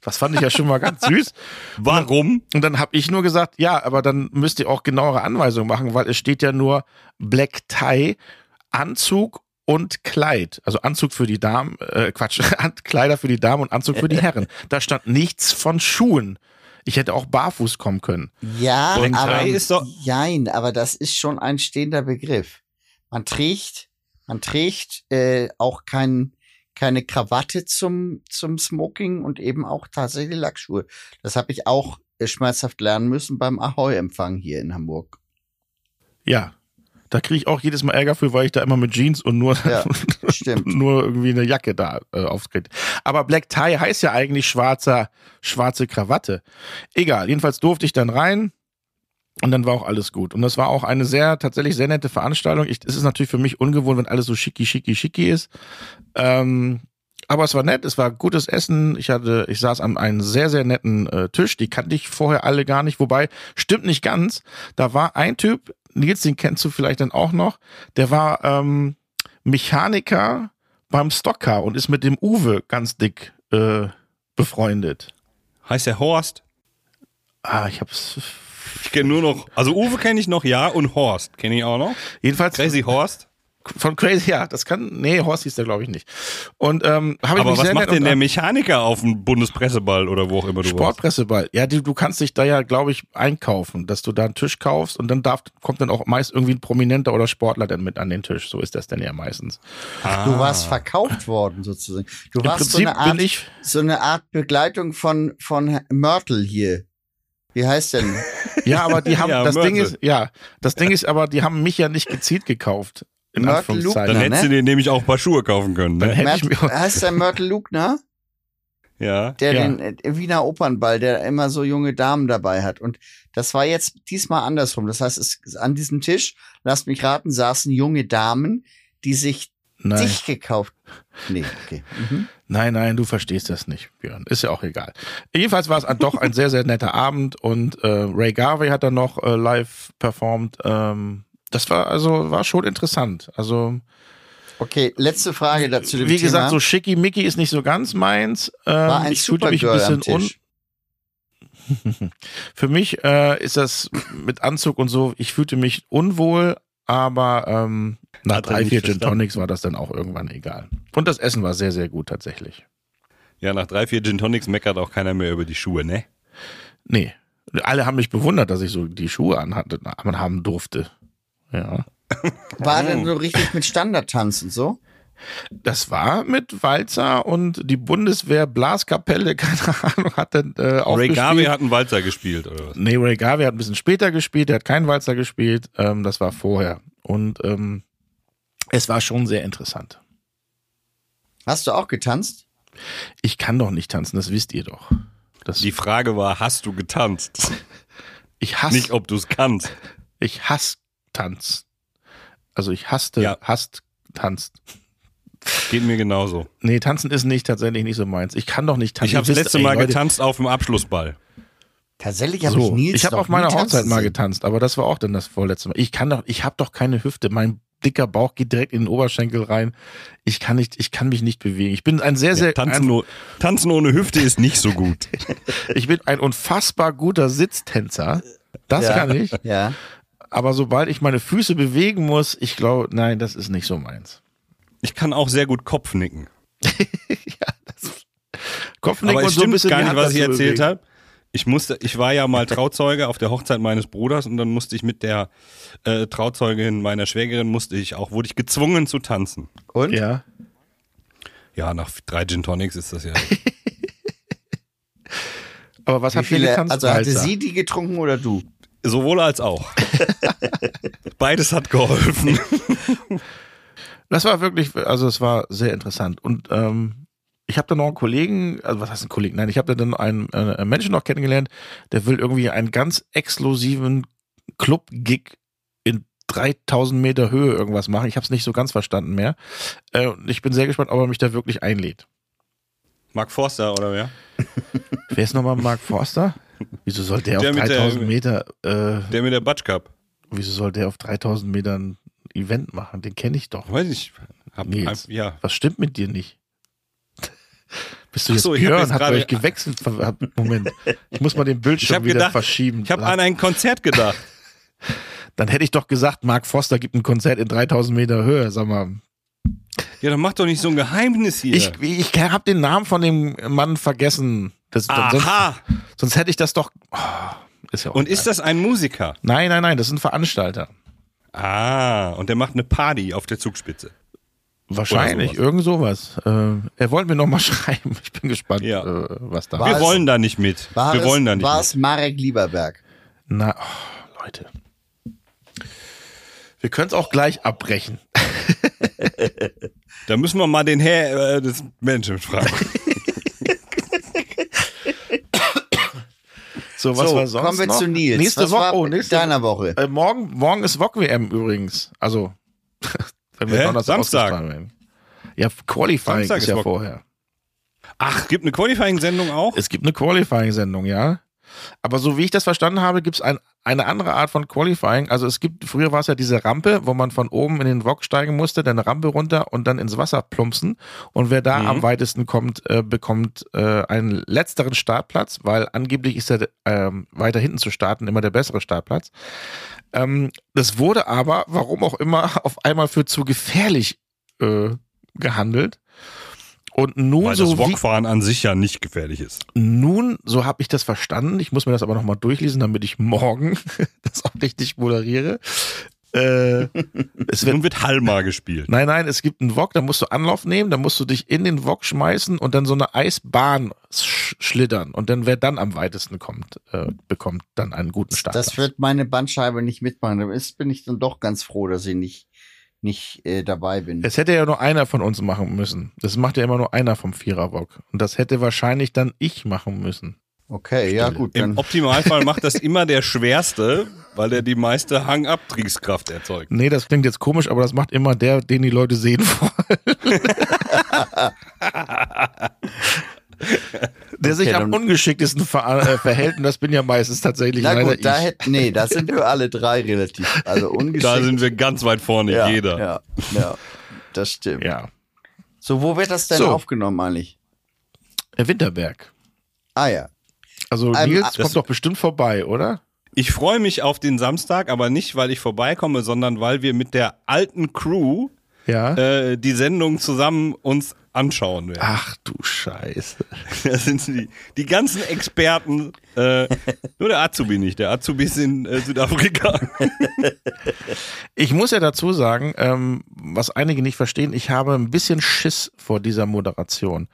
S4: Das fand ich ja schon mal ganz süß.
S3: Warum?
S4: Und dann habe ich nur gesagt, ja, aber dann müsst ihr auch genauere Anweisungen machen, weil es steht ja nur Black Tie, Anzug und Kleid. Also Anzug für die Damen, äh, Quatsch, [LAUGHS] An- Kleider für die Damen und Anzug für die Herren. Da stand nichts von Schuhen. Ich hätte auch barfuß kommen können.
S2: Ja,
S3: Black
S2: aber,
S3: Tie ist doch-
S2: jein, aber das ist schon ein stehender Begriff. Man trägt, man trägt äh, auch kein, keine Krawatte zum, zum Smoking und eben auch tatsächlich Lackschuhe. Das habe ich auch äh, schmerzhaft lernen müssen beim Ahoi-Empfang hier in Hamburg.
S4: Ja. Da kriege ich auch jedes Mal Ärger für, weil ich da immer mit Jeans und nur, [LAUGHS]
S2: Ja, stimmt.
S4: nur irgendwie eine Jacke da äh, auftritt. Aber Black Tie heißt ja eigentlich schwarzer, schwarze Krawatte. Egal, jedenfalls durfte ich dann rein und dann war auch alles gut. Und das war auch eine sehr, tatsächlich sehr nette Veranstaltung. Ich, es ist natürlich für mich ungewohnt, wenn alles so schicki, schicki, schicki ist. Ähm, aber es war nett, es war gutes Essen. Ich hatte, ich saß an einem sehr, sehr netten äh, Tisch. Die kannte ich vorher alle gar nicht. Wobei, stimmt nicht ganz. Da war ein Typ, Nils, den kennst du vielleicht dann auch noch. Der war ähm, Mechaniker beim Stocker und ist mit dem Uwe ganz dick äh, befreundet.
S3: Heißt der Horst?
S4: Ah, ich hab's.
S3: Ich kenne nur noch, also Uwe kenne ich noch, ja, und Horst kenne ich auch noch.
S4: Jedenfalls
S3: Crazy Horst.
S4: Von Crazy, ja, das kann. Nee, Horst hieß der, glaube ich, nicht. Und ähm, habe ich
S3: Aber
S4: mich
S3: was
S4: sehr
S3: macht
S4: nett
S3: denn der
S4: und-
S3: Mechaniker auf dem Bundespresseball oder wo auch immer du warst?
S4: Sportpresseball. Ja, du, du kannst dich da ja, glaube ich, einkaufen, dass du da einen Tisch kaufst und dann darf, kommt dann auch meist irgendwie ein Prominenter oder Sportler dann mit an den Tisch. So ist das denn ja meistens.
S3: Ah.
S2: Du warst verkauft worden sozusagen. Du warst
S4: Prinzip
S2: so eine Art,
S4: bin ich-
S2: so eine Art Begleitung von von Mörtel hier. Wie heißt denn?
S4: Ja,
S3: [LAUGHS]
S4: aber die haben
S3: Ja,
S4: das
S3: Mörtel.
S4: Ding ist, ja, das Ding ist aber, die haben mich ja nicht gezielt gekauft. In
S2: Mörtel
S3: Ah. Dann
S2: Lugner,
S4: Anführungszeichen.
S3: hättest
S2: ne?
S3: du dir nämlich auch ein paar Schuhe kaufen können,
S4: Dann
S3: ne?
S4: [LAUGHS] hätte ich
S2: Mert,
S4: mir,
S2: heißt der ne? Mörtel Lugner?
S3: Ja.
S2: Der
S4: Ja.
S2: den äh, Wiener Opernball, der immer so junge Damen dabei hat. Und das war jetzt diesmal andersrum. Das heißt, es, an diesem Tisch, lasst mich raten, saßen junge Damen, die sich
S4: nein,
S2: dich
S4: [LAUGHS]
S2: gekauft. Nee, okay. Mhm.
S4: nein, nein, du verstehst das nicht, Björn. Ist ja auch egal. Jedenfalls war es doch ein sehr, sehr netter Abend und äh, Ray Garvey hat dann noch äh, live performt. Ähm, das war also war schon interessant. Also
S2: Okay, letzte Frage dazu. dem
S4: Wie gesagt,
S2: Thema.
S4: so schicki Mickey ist nicht so ganz meins. Ähm,
S2: war ein
S4: ich fühlte mich ein
S2: Supergirl am
S4: bisschen un.
S2: Tisch.
S4: [LAUGHS] Für mich äh, ist das mit Anzug und so, ich fühlte mich unwohl, aber ähm, nach
S3: Hat er
S4: drei,
S3: nicht
S4: vier Gin
S3: verstanden.
S4: Tonics war das dann auch irgendwann egal. Und das Essen war sehr, sehr gut tatsächlich.
S3: Ja, nach drei, vier Gin Tonics meckert auch keiner mehr über die Schuhe, ne?
S4: Nee. Alle haben mich bewundert, dass ich so die Schuhe anhatte, haben durfte. Ja.
S2: War denn so richtig mit Standardtanz und so?
S4: Das war mit Walzer und die Bundeswehr Blaskapelle, [LAUGHS] keine Ahnung, hat dann äh,
S3: Ray
S4: aufgespielt.
S3: Garvey hat einen Walzer gespielt, oder was?
S4: Nee, Ray Garvey hat ein bisschen später gespielt, der hat keinen Walzer gespielt, ähm, das war vorher. Und ähm, es war schon sehr interessant.
S2: Hast du auch getanzt?
S4: Ich kann doch nicht tanzen, das wisst ihr doch. Das,
S3: Die Frage war, hast du getanzt?
S4: ich hasse,
S3: Nicht, ob du es kannst.
S4: ich hasse Tanz. Also ich hasste,
S3: Ja.
S4: hasst, tanzt.
S3: Geht mir genauso.
S4: Nee, tanzen ist nicht tatsächlich nicht so meins. Ich kann doch nicht tanzen.
S3: Ich habe
S4: Ihr
S3: das
S4: wisst-
S3: letzte
S4: ey,
S3: Mal
S4: Leute,
S3: getanzt auf dem Abschlussball.
S2: Tatsächlich habe ich
S4: So.
S2: nie.
S4: Ich habe auf meiner Hochzeit mal getanzt, aber das war auch dann das vorletzte Mal. Ich kann doch, ich habe doch keine Hüfte. Mein dicker Bauch geht direkt in den Oberschenkel rein. Ich kann nicht, ich kann mich nicht bewegen. Ich bin ein sehr, sehr
S3: Ja, tanzen, oh- tanzen ohne Hüfte ist nicht so
S4: [LAUGHS]
S3: gut.
S4: Ich bin ein unfassbar guter Sitztänzer. Das
S2: Ja.
S4: kann ich.
S2: Ja.
S4: Aber sobald ich meine Füße bewegen muss, ich glaube, nein, das ist nicht so meins.
S3: Ich kann auch sehr gut Kopfnicken.
S4: Kopfnicken
S3: Aber
S4: und
S3: es
S4: so ein
S3: stimmt
S4: bisschen
S3: gar
S4: die
S3: nicht,
S4: Hand
S3: was ich
S4: dazu
S3: erzählt
S4: bewegen.
S3: habe. Ich musste, ich war ja mal Trauzeuge auf der Hochzeit meines Bruders und dann musste ich mit der äh, Trauzeugin meiner Schwägerin musste ich auch, wurde ich gezwungen zu tanzen.
S2: Und?
S4: Ja.
S3: Ja, nach drei Gin Tonics ist
S4: [LAUGHS]
S3: das ja.
S4: Aber was
S2: Wie
S4: habt ihr
S2: viele,
S4: getanzt?
S2: also hatte
S4: Walzer?
S2: sie die getrunken oder du?
S3: Sowohl als
S4: [LAUGHS]
S3: auch. Beides hat geholfen.
S4: Das war wirklich, also es war sehr interessant. Und ähm, ich habe dann noch einen Kollegen, also was heißt ein Kollegen? Nein, ich habe dann einen, äh, einen Menschen noch kennengelernt, der will irgendwie einen ganz exklusiven Club-Gig in 3000 Meter Höhe irgendwas machen. Ich habe es nicht so ganz verstanden mehr. Äh, und ich bin sehr gespannt, ob er mich da wirklich einlädt.
S3: Mark Forster oder wer?
S4: Wer ist nochmal Mark Forster? Wieso
S3: [LAUGHS]
S4: soll der,
S3: Der
S4: auf
S3: mit der-
S4: 3000 Meter, äh,
S3: Der mit der Batsch Cup.
S4: wieso soll der auf 3000 Metern ein Event machen? Den kenne ich doch.
S3: Weiß ich. Hab,
S4: Nils.
S3: hab, ja.
S4: Was stimmt mit dir nicht? [LAUGHS] Bist du
S3: Ach
S4: jetzt
S3: so, ich hab
S4: Björn?
S3: jetzt
S4: Hat
S3: gerade-
S4: euch gewechselt? Ver- hab- Moment, ich muss mal den
S3: Ich
S4: Bildschirm
S3: habe
S4: wieder
S3: gedacht,
S4: verschieben.
S3: ich habe an ein Konzert gedacht.
S4: Dann hätte ich doch gesagt, Mark Foster gibt ein Konzert in 3000 Meter Höhe. Sag mal,
S3: Ja, dann mach doch nicht so ein Geheimnis hier.
S4: ich, ich habe den Namen von dem Mann vergessen. Das, sonst,
S3: Aha!
S4: sonst hätte ich das doch. Oh, ist ja auch
S3: Und ist
S4: egal.
S3: das ein Musiker?
S4: Nein, nein, nein, das sind Veranstalter.
S3: Ah, und der macht eine Party auf der Zugspitze.
S4: Wahrscheinlich,
S3: sowas.
S4: irgend sowas. Äh, er wollte mir noch mal [LAUGHS] schreiben. Ich bin gespannt,
S3: Ja.
S4: äh, was da
S2: War
S3: Wir
S2: es-
S3: wollen da nicht mit.
S2: War
S3: Wir
S2: es,
S3: wollen da nicht
S2: War
S3: mit.
S2: es Marek Lieberberg?
S4: Na, oh, Leute. Wir können es auch gleich abbrechen.
S3: Da müssen wir mal den Herr äh, des Menschen fragen.
S4: So, was
S2: so,
S4: war sonst
S2: kommen wir
S4: noch?
S2: zu Nils.
S4: Nächste
S2: Was
S4: Woche.
S2: war
S4: oh, nächste
S2: deiner Woche.
S4: Äh, morgen, morgen ist Wok-WM übrigens. Also, [LAUGHS] wenn wir
S3: Hä?
S4: Donnerstag
S3: Samstag.
S4: ausgestrahlt werden. Ja, Qualifying
S3: Samstag
S4: ist
S3: ist
S4: ja
S3: Wok.
S4: vorher.
S3: Ach, gibt eine Qualifying-Sendung auch?
S4: Es gibt eine Qualifying-Sendung, ja. Aber so wie ich das verstanden habe, gibt es ein, eine andere Art von Qualifying. Also es gibt, früher war es ja diese Rampe, wo man von oben in den Wok steigen musste, dann eine Rampe runter und dann ins Wasser plumpsen. Und wer da
S3: Mhm.
S4: am weitesten kommt, äh, bekommt äh, einen letzteren Startplatz, weil angeblich ist der ähm, weiter hinten zu starten immer der bessere Startplatz. Ähm, das wurde aber, warum auch immer, [LAUGHS] auf einmal für zu gefährlich äh, gehandelt. Und nun
S3: Weil
S4: so
S3: das
S4: wie,
S3: Wokfahren an sich ja nicht gefährlich ist.
S4: nun, so habe ich das verstanden. Ich muss mir das aber nochmal durchlesen, damit ich morgen [LAUGHS] das auch richtig moderiere. Äh, es wird,
S3: Nun wird Halma gespielt.
S4: nein, nein, es gibt einen Wok, da musst du Anlauf nehmen, da musst du dich in den Wok schmeißen und dann so eine Eisbahn sch schlittern. Und dann, wer dann am weitesten kommt, äh, bekommt dann einen guten Start.
S2: Das wird meine Bandscheibe nicht mitmachen. Da ist, bin ich dann doch ganz froh, dass ich nicht, nicht äh, dabei bin.
S4: es hätte ja nur einer von uns machen müssen. Das macht ja immer nur einer vom Vierer-Wok. Und das hätte wahrscheinlich dann ich machen müssen.
S2: Okay, ja gut,
S3: Im
S2: dann [LAUGHS]
S3: Optimalfall macht das immer der Schwerste, weil er die meiste Hang-Up-Triebskraft erzeugt.
S4: Nee, das klingt jetzt komisch, aber das macht immer der, den die Leute sehen [LAUGHS] wollen. der sich
S2: Okay,
S4: am
S2: dann-
S4: ungeschicktesten ver äh, verhält, und das bin ja meistens tatsächlich
S2: Na
S4: leider
S2: gut, da
S4: ich.
S2: hätten, nee, da sind wir alle drei relativ.
S4: [LAUGHS]
S2: Also ungeschickt.
S3: Da sind wir ganz weit vorne,
S2: ja,
S3: jeder.
S2: Ja, ja, das stimmt.
S4: ja.
S2: So, wo wird das denn
S4: So.
S2: aufgenommen eigentlich?
S4: Äh, Winterberg.
S2: Ah ja.
S4: Also
S2: Ähm,
S4: Nils
S2: das-
S4: kommt doch bestimmt vorbei, oder?
S3: Ich freue mich auf den Samstag, aber nicht, weil ich vorbeikomme, sondern weil wir mit der alten Crew
S4: Ja.
S3: äh, die Sendung zusammen uns anschauen werden.
S4: Ach du Scheiße.
S3: Da sind die, die ganzen Experten, äh, nur der Azubi nicht. Der Azubi ist in äh, Südafrika.
S4: Ich muss ja dazu sagen, ähm, was einige nicht verstehen, ich habe ein bisschen Schiss vor dieser Moderation,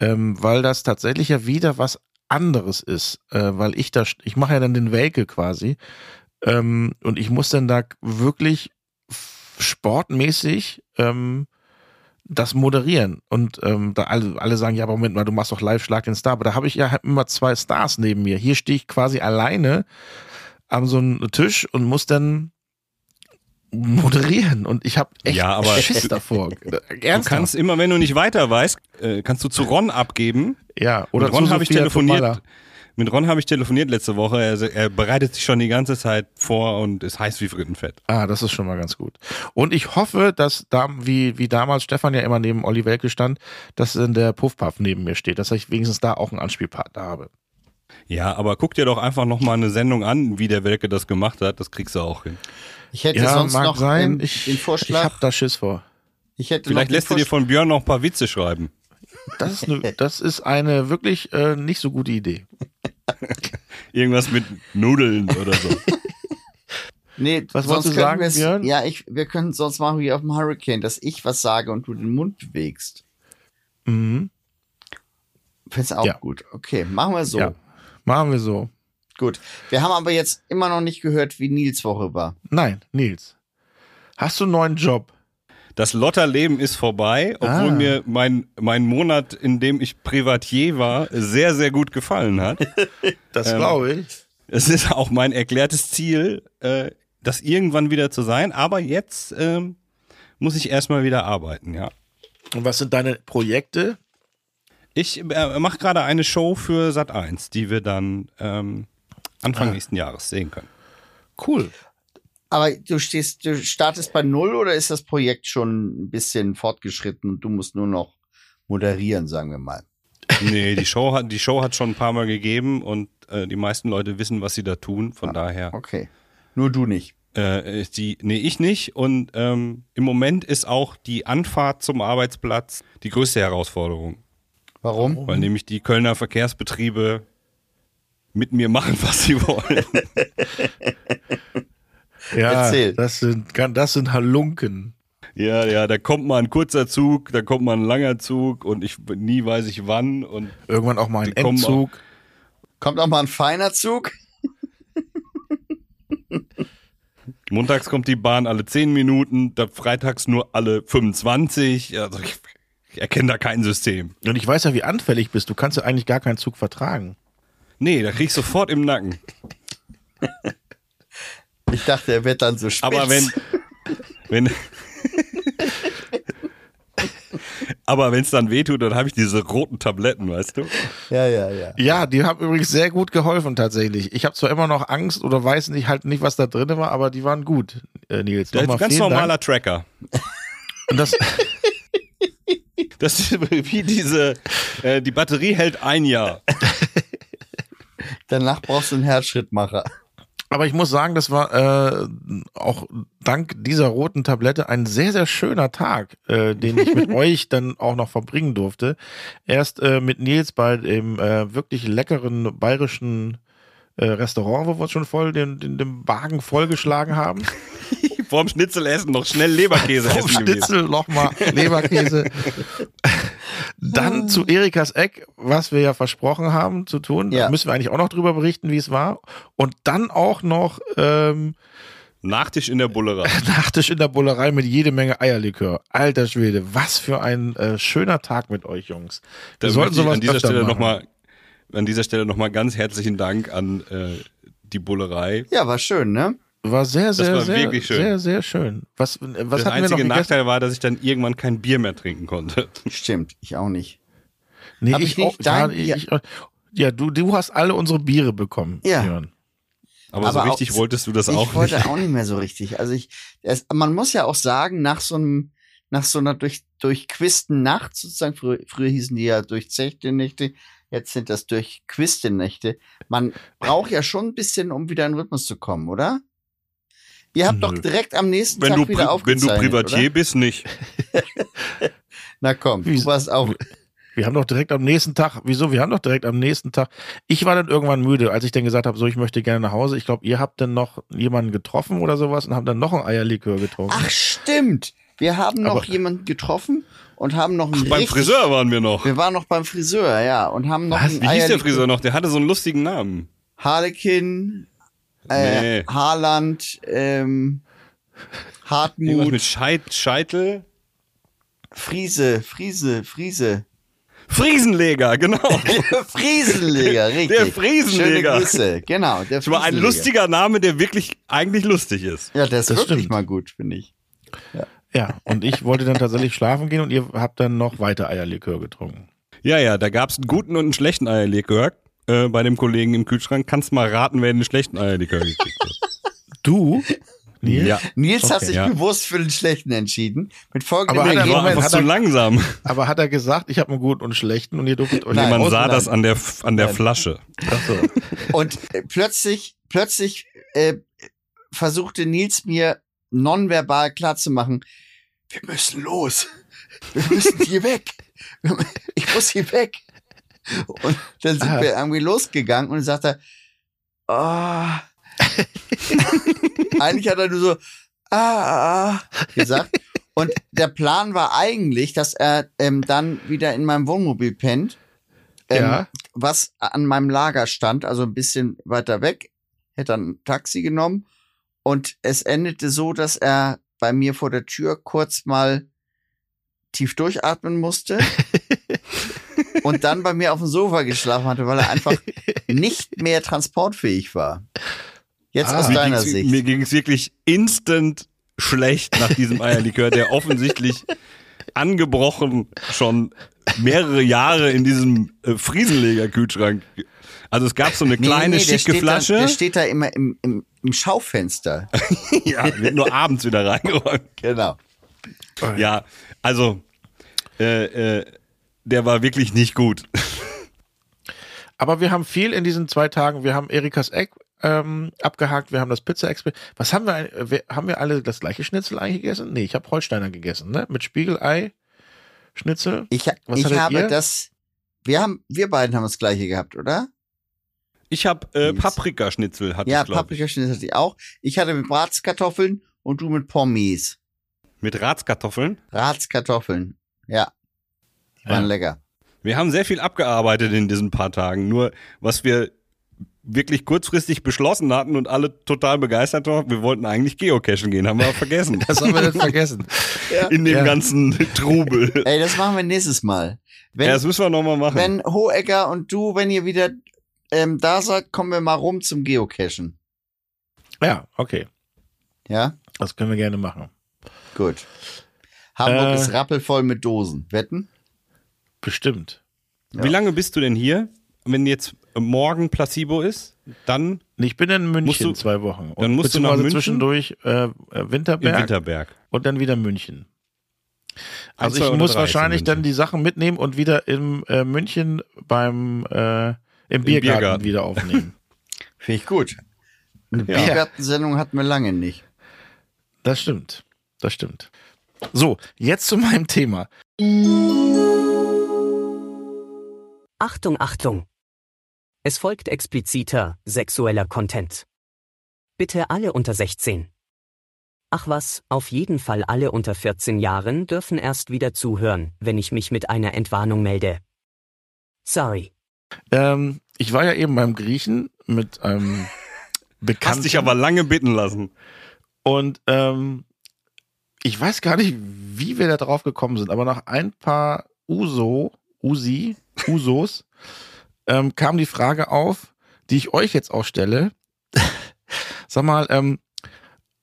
S4: ähm, weil das tatsächlich ja wieder was anderes ist, äh, weil ich da, ich mache ja dann den Welke quasi ähm, und ich muss dann da wirklich f- sportmäßig ähm, das moderieren und ähm, da alle, alle sagen, ja, aber Moment mal, du machst doch live Schlag den Star, aber da habe ich ja halt immer zwei Stars neben mir. Hier stehe ich quasi alleine an so einem Tisch und muss dann moderieren und ich habe echt
S3: Ja, aber-
S4: Schiss
S3: [LAUGHS]
S4: davor. Äh,
S3: Du
S4: Ernsthaft?
S3: kannst immer, wenn du nicht weiter weißt, äh, kannst du zu Ron abgeben.
S4: ja, oder
S3: Mit Ron
S4: zu
S3: habe ich
S4: Sophia
S3: telefoniert.
S4: Tomalla.
S3: Mit Ron habe ich telefoniert letzte Woche. Er, er bereitet sich schon die ganze Zeit vor und ist heiß wie Frittenfett.
S4: Ah, das ist schon mal ganz gut. Und ich hoffe, dass da, wie, wie damals Stefan ja immer neben Olli Welke stand, dass dann der Puffpuff neben mir steht, dass ich wenigstens da auch einen Anspielpartner habe.
S3: Ja, aber guck dir doch einfach nochmal eine Sendung an, wie der Welke das gemacht hat. Das kriegst du auch hin.
S2: Ich hätte sonst noch ähm,
S4: ich,
S2: den
S4: ich
S2: Vorschlag.
S4: habe da Schiss vor.
S2: Ich, hätte
S3: Vielleicht
S2: noch den
S3: lässt du dir
S2: Vorschlag-
S3: von Björn noch ein paar Witze schreiben.
S4: Das ist
S2: [LAUGHS]
S4: eine, das ist eine wirklich äh, nicht so gute Idee.
S3: Irgendwas mit Nudeln oder
S2: [LAUGHS]
S3: so.
S2: Nee,
S4: Was
S2: sonst
S4: wolltest du
S2: können
S4: sagen,
S2: wir's-
S4: Björn?
S2: Ja, ich, wir können sonst machen wie auf dem Hurricane, dass ich was sage und du den Mund bewegst.
S4: Mhm.
S2: Find's auch
S4: Ja.
S2: gut. Okay, machen wir so.
S4: Ja. Machen wir so.
S2: Gut. Wir haben aber jetzt immer noch nicht gehört, wie Nils Woche war.
S4: Nein, Nils. Hast du einen neuen Job?
S3: Das Lotterleben ist vorbei, obwohl
S4: Ah.
S3: mir mein, mein Monat, in dem ich Privatier war, sehr, sehr gut gefallen hat.
S2: [LAUGHS]
S4: Das
S3: Ähm,
S4: glaube ich.
S3: Es ist auch mein erklärtes Ziel, äh, das irgendwann wieder zu sein. Aber jetzt ähm, muss ich erstmal wieder arbeiten, ja.
S4: Und was sind deine Projekte?
S3: Ich äh, mache gerade eine Show für Sat 1, die wir dann ähm,
S2: Ah.
S3: Anfang nächsten Jahres sehen können.
S4: Cool.
S2: Aber du stehst, du startest bei Null oder ist das Projekt schon ein bisschen fortgeschritten und du musst nur noch moderieren, sagen wir mal.
S3: Nee, die Show hat die Show hat schon ein paar Mal gegeben und äh, die meisten Leute wissen, was sie da tun. Von daher.
S2: Okay. Nur du nicht.
S3: Äh, die, nee, ich nicht. Und ähm, im Moment ist auch die Anfahrt zum Arbeitsplatz die größte Herausforderung,
S2: Warum?
S3: weil nämlich die Kölner Verkehrsbetriebe mit mir machen, [LAUGHS] was sie wollen.
S4: Ja,
S2: Erzähl.
S4: Das, sind, das sind Halunken.
S3: ja, ja, da kommt mal ein kurzer Zug, da kommt mal ein langer Zug und ich nie weiß ich wann. Und
S4: Irgendwann auch mal ein
S3: Die kommen
S4: Endzug.
S2: Kommt auch mal ein feiner Zug?
S3: montags kommt die Bahn alle 10 Minuten, da freitags nur alle 25. Also ich, ich erkenne da kein System.
S4: Und ich weiß ja, wie anfällig bist. Du kannst ja eigentlich gar keinen Zug vertragen.
S3: Nee, da krieg ich sofort im Nacken.
S2: Ich dachte, er wird dann so spitz.
S3: Aber wenn, wenn, Aber wenn es dann wehtut, dann habe ich diese roten Tabletten, weißt du?
S2: Ja, ja, ja.
S4: Ja, die haben übrigens sehr gut geholfen tatsächlich. Ich habe zwar immer noch Angst oder weiß nicht halt nicht, was da drin war, aber die waren gut, äh, Nils.
S3: Das ist
S4: Nochmal
S3: ein ganz
S4: vielen
S3: normaler Tracker.
S4: Dank. Und Das, [LAUGHS]
S3: Das ist [LAUGHS] wie diese, äh, die Batterie hält ein Jahr.
S2: Danach brauchst du einen Herzschrittmacher.
S4: aber ich muss sagen, das war äh, auch dank dieser roten Tablette ein sehr, sehr schöner Tag, äh, den ich [LAUGHS] mit euch dann auch noch verbringen durfte. Erst äh, mit Nils bei dem äh, wirklich leckeren bayerischen äh, Restaurant, wo wir uns schon voll den, den, den Wagen vollgeschlagen haben.
S3: Vorm Schnitzel essen noch schnell Leberkäse
S4: Vom
S3: essen gewesen.
S4: Schnitzel nochmal
S3: [LAUGHS]
S4: Leberkäse.
S3: Ah.
S4: Dann zu Erikas Eck, was wir ja versprochen haben zu tun. Da
S2: Ja.
S4: müssen wir eigentlich auch noch drüber berichten, wie es war. Und dann auch noch ähm,
S3: Nachtisch in der Bullerei.
S4: Nachtisch in der Bullerei mit jede Menge Eierlikör. Alter Schwede, was für ein äh, schöner Tag mit euch Jungs. Wir
S3: Da
S4: sollten
S3: möchte ich
S4: sowas
S3: an dieser
S4: öfter
S3: Stelle
S4: machen.
S3: nochmal an dieser Stelle noch mal ganz herzlichen Dank an äh, die Bullerei.
S2: Ja, war schön, ne?
S4: War sehr, sehr,
S3: war
S4: sehr,
S3: wirklich schön.
S4: sehr, sehr schön. Was, was
S3: das
S4: hatten wir noch
S3: einzige
S4: gegessen?
S3: Nachteil war, dass ich dann irgendwann kein Bier mehr trinken konnte.
S2: Stimmt, ich auch nicht.
S4: Nee,
S2: Hab ich nicht
S4: ja,
S2: dein-
S4: ich, ja, du, du hast alle unsere Biere bekommen.
S2: Ja.
S4: Björn.
S3: Aber, so
S2: Aber
S3: richtig
S2: auch-
S3: wolltest du das
S2: ich
S3: auch nicht.
S2: wollte auch nicht mehr so richtig. Also ich, es, man muss ja auch sagen, nach so einem, nach so einer durch, durchquisten Nacht sozusagen, früher, früher hießen die ja durchzechte Nächte, jetzt sind das durchquiste Nächte. Man braucht ja schon ein bisschen, um wieder in den Rhythmus zu kommen, oder? Ihr habt
S4: Nö.
S2: doch direkt am nächsten
S3: Wenn
S2: Tag
S3: du,
S2: wieder
S3: Pri- wenn
S2: aufgezeichnet,
S3: du Privatier
S2: Oder?
S3: bist, nicht.
S2: [LAUGHS] Na komm,
S4: Wie-
S2: du warst auch.
S4: Wir haben doch direkt am nächsten Tag, wieso? Wir haben doch direkt am nächsten Tag. Ich war dann irgendwann müde, als ich dann gesagt habe, so, ich möchte gerne nach Hause. Ich glaube, ihr habt dann noch jemanden getroffen oder sowas und habt dann noch ein Eierlikör getrunken.
S2: Ach stimmt, wir haben noch
S4: Aber-
S2: jemanden getroffen und haben noch einen
S3: Beim
S2: richtig-
S3: Friseur waren wir noch.
S2: Wir waren noch beim Friseur, ja, und haben noch
S3: Was?
S2: einen
S3: Wie hieß der
S2: Eierlikör-
S3: Friseur noch? Der hatte so einen lustigen Namen.
S2: Harlekin, äh,
S3: Nee.
S2: Haaland, ähm,
S3: Irgendwas
S2: Hartmut,
S3: mit Scheit Scheitel.
S2: Friese, Friese, Friese.
S3: Friesenleger, [LAUGHS] genau.
S2: Friesenleger, richtig.
S3: Der Friesenleger.
S2: Schöne Grüße, genau. Der
S3: Das war ein
S2: Friesenleger.
S3: lustiger Name, der wirklich eigentlich lustig ist.
S2: Ja, der ist
S4: Das
S2: wirklich
S4: stimmt.
S2: mal gut, finde ich.
S4: Ja, und ich wollte dann tatsächlich schlafen gehen und ihr habt dann noch weiter Eierlikör getrunken.
S3: Ja, ja, da gab es einen guten und einen schlechten Eierlikör. Äh, bei dem Kollegen im Kühlschrank kannst mal raten, wer den schlechten Eierlikör gekriegt
S2: [LAUGHS]
S3: hat.
S4: Du? Nils?
S3: Ja,
S2: Nils hat sich
S3: ja.
S2: bewusst für den Schlechten entschieden. Mit folgendem
S4: Aber hat er-
S3: der war
S4: Moment,
S3: einfach
S4: hat
S3: zu
S4: er-
S3: langsam.
S4: Aber hat er gesagt, ich habe einen guten und einen schlechten und ihr durftet euch
S2: Nein.
S4: den
S3: Man
S4: aus-
S3: sah
S2: nein.
S3: das an der, F- an der
S2: Nein.
S3: Flasche.
S4: Ach so.
S2: Und äh, plötzlich, plötzlich äh, versuchte Nils mir nonverbal klarzumachen, wir müssen los. Wir müssen hier weg. [LAUGHS] Wir mü- Ich muss hier weg. Und dann sind
S4: Ah.
S2: wir irgendwie losgegangen und dann sagt er,
S4: [LAUGHS]
S2: ah. eigentlich hat er nur so, ah, ah, gesagt. Und der Plan war eigentlich, dass er ähm, dann wieder in meinem Wohnmobil pennt. Ähm,
S4: Ja.
S2: was an meinem Lager stand, also ein bisschen weiter weg, hätte dann ein Taxi genommen und es endete so, dass er bei mir vor der Tür kurz mal tief durchatmen
S4: [LAUGHS]
S2: musste und dann bei mir auf dem Sofa geschlafen hatte, weil er
S4: [LAUGHS]
S2: einfach nicht mehr transportfähig war. Jetzt
S4: Ah.
S2: aus
S4: Wie
S3: Mir
S2: deiner
S3: ging's-
S2: Sicht.
S3: Mir ging es wirklich instant schlecht nach diesem Eierlikör, der offensichtlich angebrochen schon mehrere Jahre in diesem äh, Friesenleger-Kühlschrank. Also es gab so eine
S2: Nee,
S3: kleine
S2: nee, der
S3: schicke
S2: steht
S3: Flasche.
S2: Da, der steht da immer im, im, im Schaufenster.
S3: [LAUGHS] ja, wird nur abends wieder reingeräumt.
S2: genau.
S3: Ja, also äh, äh, der war wirklich nicht gut.
S4: Aber wir haben viel in diesen zwei Tagen. Wir haben Erikas Eck ähm, abgehakt, wir haben das pizza -Exper Was haben wir, ein- äh, wir? Haben wir alle das gleiche Schnitzel eigentlich gegessen? Nee, ich habe Holsteiner gegessen, ne? Mit Spiegelei, Schnitzel.
S2: Ich,
S4: Was
S2: ich
S4: hattet
S2: habe
S4: ihr?
S2: das. Wir haben, wir beiden haben das gleiche gehabt, oder?
S3: Ich habe äh, Paprikaschnitzel hatte
S2: ja,
S3: ich glaube ich.
S2: Paprikaschnitzel hatte ich auch. Ich hatte mit Bratkartoffeln und du mit Pommes.
S3: Mit Ratskartoffeln.
S2: Ratskartoffeln. Ja. Die waren
S4: Ja.
S2: lecker.
S3: Wir haben sehr viel abgearbeitet in diesen paar Tagen. Nur was wir wirklich kurzfristig beschlossen hatten und alle total begeistert waren, wir wollten eigentlich geocachen gehen, haben wir aber vergessen.
S4: Das haben wir [LAUGHS] nicht vergessen.
S3: [LAUGHS] in dem
S4: Ja.
S3: ganzen Trubel.
S2: Ey, das machen wir nächstes Mal. Wenn,
S3: ja, das müssen wir nochmal machen.
S2: wenn Hohecker und du, wenn ihr wieder ähm, da seid, kommen wir mal rum zum Geocachen.
S4: Ja, okay.
S2: Ja?
S4: Das können wir gerne machen.
S2: Gut. Hamburg
S4: Äh.
S2: ist rappelvoll mit Dosen. Wetten?
S4: Bestimmt.
S3: Wie lange bist du denn hier? Wenn jetzt morgen Placebo ist, dann
S4: Ich bin in München
S3: du-
S4: zwei Wochen.
S3: dann musst du nach
S4: beziehungsweise
S3: München?
S4: zwischendurch äh, äh,
S3: in
S4: Winterberg
S3: Winterberg.
S4: und dann wieder München. Also
S3: Ein, zwei
S4: ich
S3: oder
S4: muss
S3: drei
S4: wahrscheinlich
S3: zumindest.
S4: dann die Sachen mitnehmen und wieder im äh, München beim äh, im, Biergarten
S3: Biergarten.
S4: wieder
S3: [LAUGHS]
S4: aufnehmen.
S2: Finde ich gut. Eine
S3: Ja.
S2: Biergartensendung hatten wir lange nicht.
S4: das stimmt. Das stimmt. So, jetzt zu meinem Thema.
S5: Achtung, Achtung! Es folgt expliziter sexueller Content. Bitte alle unter 16. Ach was, auf jeden Fall alle unter 14 Jahren dürfen erst wieder zuhören, wenn ich mich mit einer Entwarnung melde. Sorry.
S4: Ähm, ich war ja eben beim Griechen mit einem
S3: [LAUGHS]
S4: Bekannten.
S3: Hast dich aber lange bitten lassen.
S4: Und ähm, ich weiß gar nicht, wie wir da drauf gekommen sind, aber nach ein paar Uso, Usi, Usos [LAUGHS] ähm, kam die Frage auf, die ich euch jetzt auch stelle. [LAUGHS] Sag mal, ähm,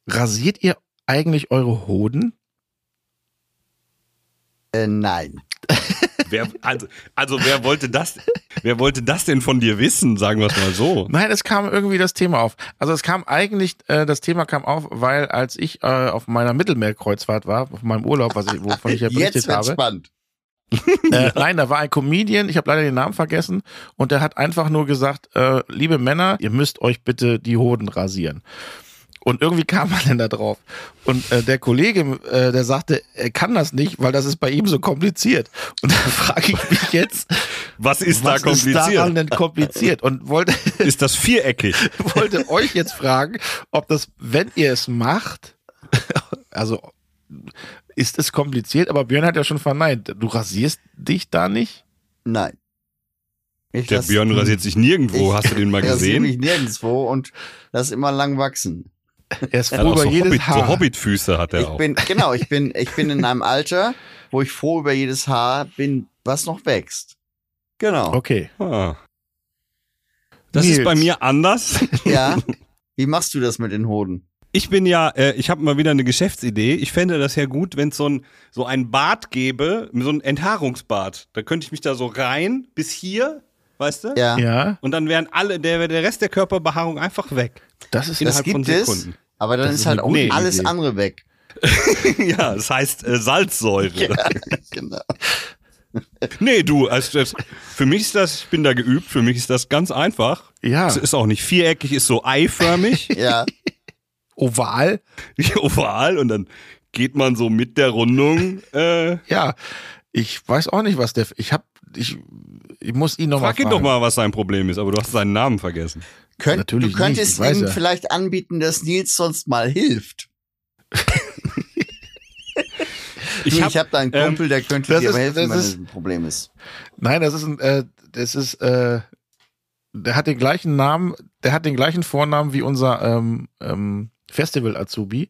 S4: rasiert ihr eigentlich eure Hoden?
S2: Äh, nein.
S3: Wer, also, also wer wollte das? Wer wollte das denn von dir wissen? Sagen wir es mal so.
S4: Nein, es kam irgendwie das Thema auf. Also es kam eigentlich, äh, das Thema kam auf, weil als ich äh, auf meiner Mittelmeerkreuzfahrt war, auf meinem Urlaub, was ich, wovon ich ja berichtet
S2: Jetzt wird's
S4: habe.
S2: spannend.
S4: Äh, nein, da war ein Comedian, ich habe leider den Namen vergessen, und der hat einfach nur gesagt, äh, liebe Männer, ihr müsst euch bitte die Hoden rasieren. Und irgendwie kam man denn da drauf. Und äh, der Kollege, äh, der sagte, er kann das nicht, weil das ist bei ihm so kompliziert. Und da frage ich mich jetzt,
S3: Was ist
S4: was
S3: da kompliziert?
S4: ist
S3: Ist,
S4: daran denn kompliziert? Und wollte,
S3: das viereckig?
S2: [LAUGHS]
S4: [LAUGHS] wollte euch jetzt fragen, ob das, wenn ihr es macht, [LAUGHS] also ist es kompliziert, aber Björn hat ja schon verneint, du rasierst dich da nicht?
S2: Nein. Ich
S3: Der
S2: lass-
S3: Björn rasiert sich nirgendwo.
S2: Ich-
S3: Hast du den mal
S2: Ich rasiere
S3: gesehen?
S2: mich nirgendwo und lass immer lang wachsen.
S4: Er ist
S3: Er hat
S4: froh
S3: auch
S4: über
S3: so,
S4: jedes
S3: Hobbit, so
S4: Haar.
S3: Hobbitfüße hat er
S2: ich
S3: auch.
S4: [LAUGHS]
S2: bin, genau, ich bin, ich bin in einem Alter, wo ich froh über jedes Haar bin, was noch wächst. Genau.
S4: Okay.
S3: Ah. Das
S4: Nils.
S3: ist bei mir anders.
S2: Ja. Wie machst du das mit den Hoden?
S3: Ich bin ja, äh, ich habe mal wieder eine Geschäftsidee. Ich fände das ja gut, wenn es so ein, so ein Bad gäbe, so ein Enthaarungsbad. Da könnte ich mich da so rein, bis hier, weißt du?
S2: Ja.
S4: Ja,
S3: Und dann wären alle, der, wär der Rest der Körperbehaarung einfach
S2: [LAUGHS]
S3: weg.
S4: das ist
S2: Das
S3: Innerhalb von
S2: gibt es,
S3: Sekunden.
S2: aber dann
S4: Das
S2: ist,
S4: ist
S2: halt
S4: eine
S2: auch
S3: gute
S2: alles
S3: Idee.
S2: andere weg.
S3: ja, das heißt äh, Salzsäure.
S2: Genau.
S3: Nee, du, also das, für mich ist das, ich bin da geübt, für mich ist das ganz einfach.
S4: ja
S3: Es ist auch nicht viereckig, ist so
S4: [LAUGHS]
S3: eiförmig,
S2: Ja.
S4: oval.
S3: oval und dann geht man so mit der Rundung. Äh,
S4: Ja, ich weiß auch nicht, was der. Ich hab, ich, ich muss ihn nochmal
S3: frag ihn
S4: fragen.
S3: doch mal, was sein Problem ist, aber du hast seinen Namen vergessen.
S2: Könnt,
S4: Natürlich
S2: du könntest
S4: nicht, ich weiß
S2: ihm
S4: ja.
S2: vielleicht anbieten, dass Nils sonst mal hilft. Du,
S3: Ich
S2: Ich habe
S3: hab,
S2: hab da einen
S3: ähm,
S2: Kumpel, der könnte
S4: das
S2: dir aber
S4: ist-
S2: helfen,
S4: das
S2: wenn das
S4: ist-
S2: ein Problem ist.
S4: Nein, das ist ein, äh, das ist, äh, der hat den gleichen Namen, der hat den gleichen Vornamen wie unser ähm, ähm, Festival Azubi.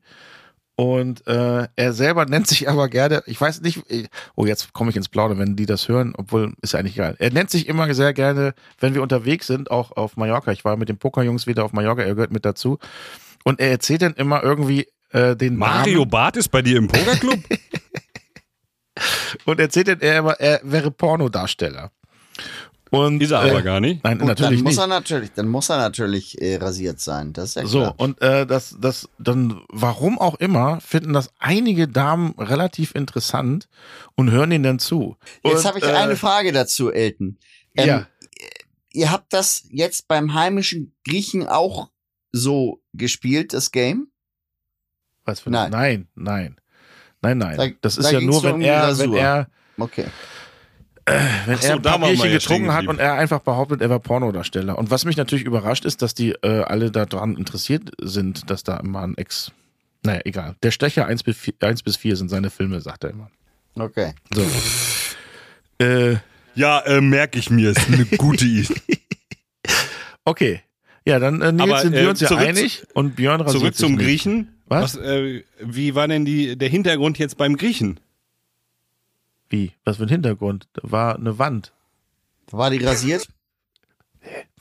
S4: Und äh, er selber nennt sich aber gerne, ich weiß nicht, äh, oh, jetzt komme ich ins Plaudern, wenn die das hören, obwohl ist ja eigentlich egal. Er nennt sich immer sehr gerne, wenn wir unterwegs sind, auch auf Mallorca. Ich war mit den Pokerjungs wieder auf Mallorca, er gehört mit dazu. Und er erzählt dann immer irgendwie äh, den
S3: Mario
S4: Namen
S3: Barth ist bei dir im Pokerclub?
S4: [LAUGHS] und erzählt dann er immer, er wäre Pornodarsteller. Und
S3: ist er
S4: äh,
S3: aber gar nicht.
S4: Nein,
S2: Gut,
S4: natürlich
S2: dann muss
S4: nicht.
S2: er natürlich, dann muss er natürlich äh, rasiert sein. Das ist ja
S4: So,
S2: klar.
S4: und äh, das, das, dann, warum auch immer, finden das einige Damen relativ interessant und hören ihnen dann zu.
S2: Jetzt
S4: Und,
S2: habe ich
S4: äh,
S2: eine Frage dazu, Elton. Ähm,
S4: Ja.
S2: Ihr habt das jetzt beim heimischen Griechen auch so gespielt, das Game?
S4: Was für
S2: Nein.
S4: nein. nein, nein. Nein, nein.
S2: Da-
S4: das
S2: da
S4: ist ja
S2: ging's
S4: nur,
S2: doch
S4: wenn
S2: um die
S4: er, wenn
S2: Rasur.
S4: er,
S2: Okay.
S4: wenn
S3: Ach so,
S4: er ein
S3: da waren wir
S4: Papierchen
S3: ja stehen
S4: getrunken hat
S3: geblieben.
S4: und er einfach behauptet, er war Pornodarsteller. Und was mich natürlich überrascht ist, dass die äh, alle daran interessiert sind, dass da immer ein Ex. Naja, egal. Der Stecher 1 bis 4, 1 bis 4 sind seine Filme, sagt er immer.
S2: Okay.
S4: So. äh,
S3: Ja, äh, merke ich mir, ist eine gute
S4: [LAUGHS]
S3: Idee.
S4: Okay. Ja, dann äh, Nils,
S3: Aber,
S4: sind wir
S3: äh,
S4: uns ja
S3: zurück
S4: einig und Björn rasiert
S3: Zurück
S4: sich
S3: zum
S4: nicht.
S3: Griechen.
S4: Was?
S3: äh, wie war denn die, der Hintergrund jetzt beim Griechen?
S4: Wie? Was für ein Hintergrund? Da War eine Wand.
S2: War die
S4: [LAUGHS]
S2: rasiert?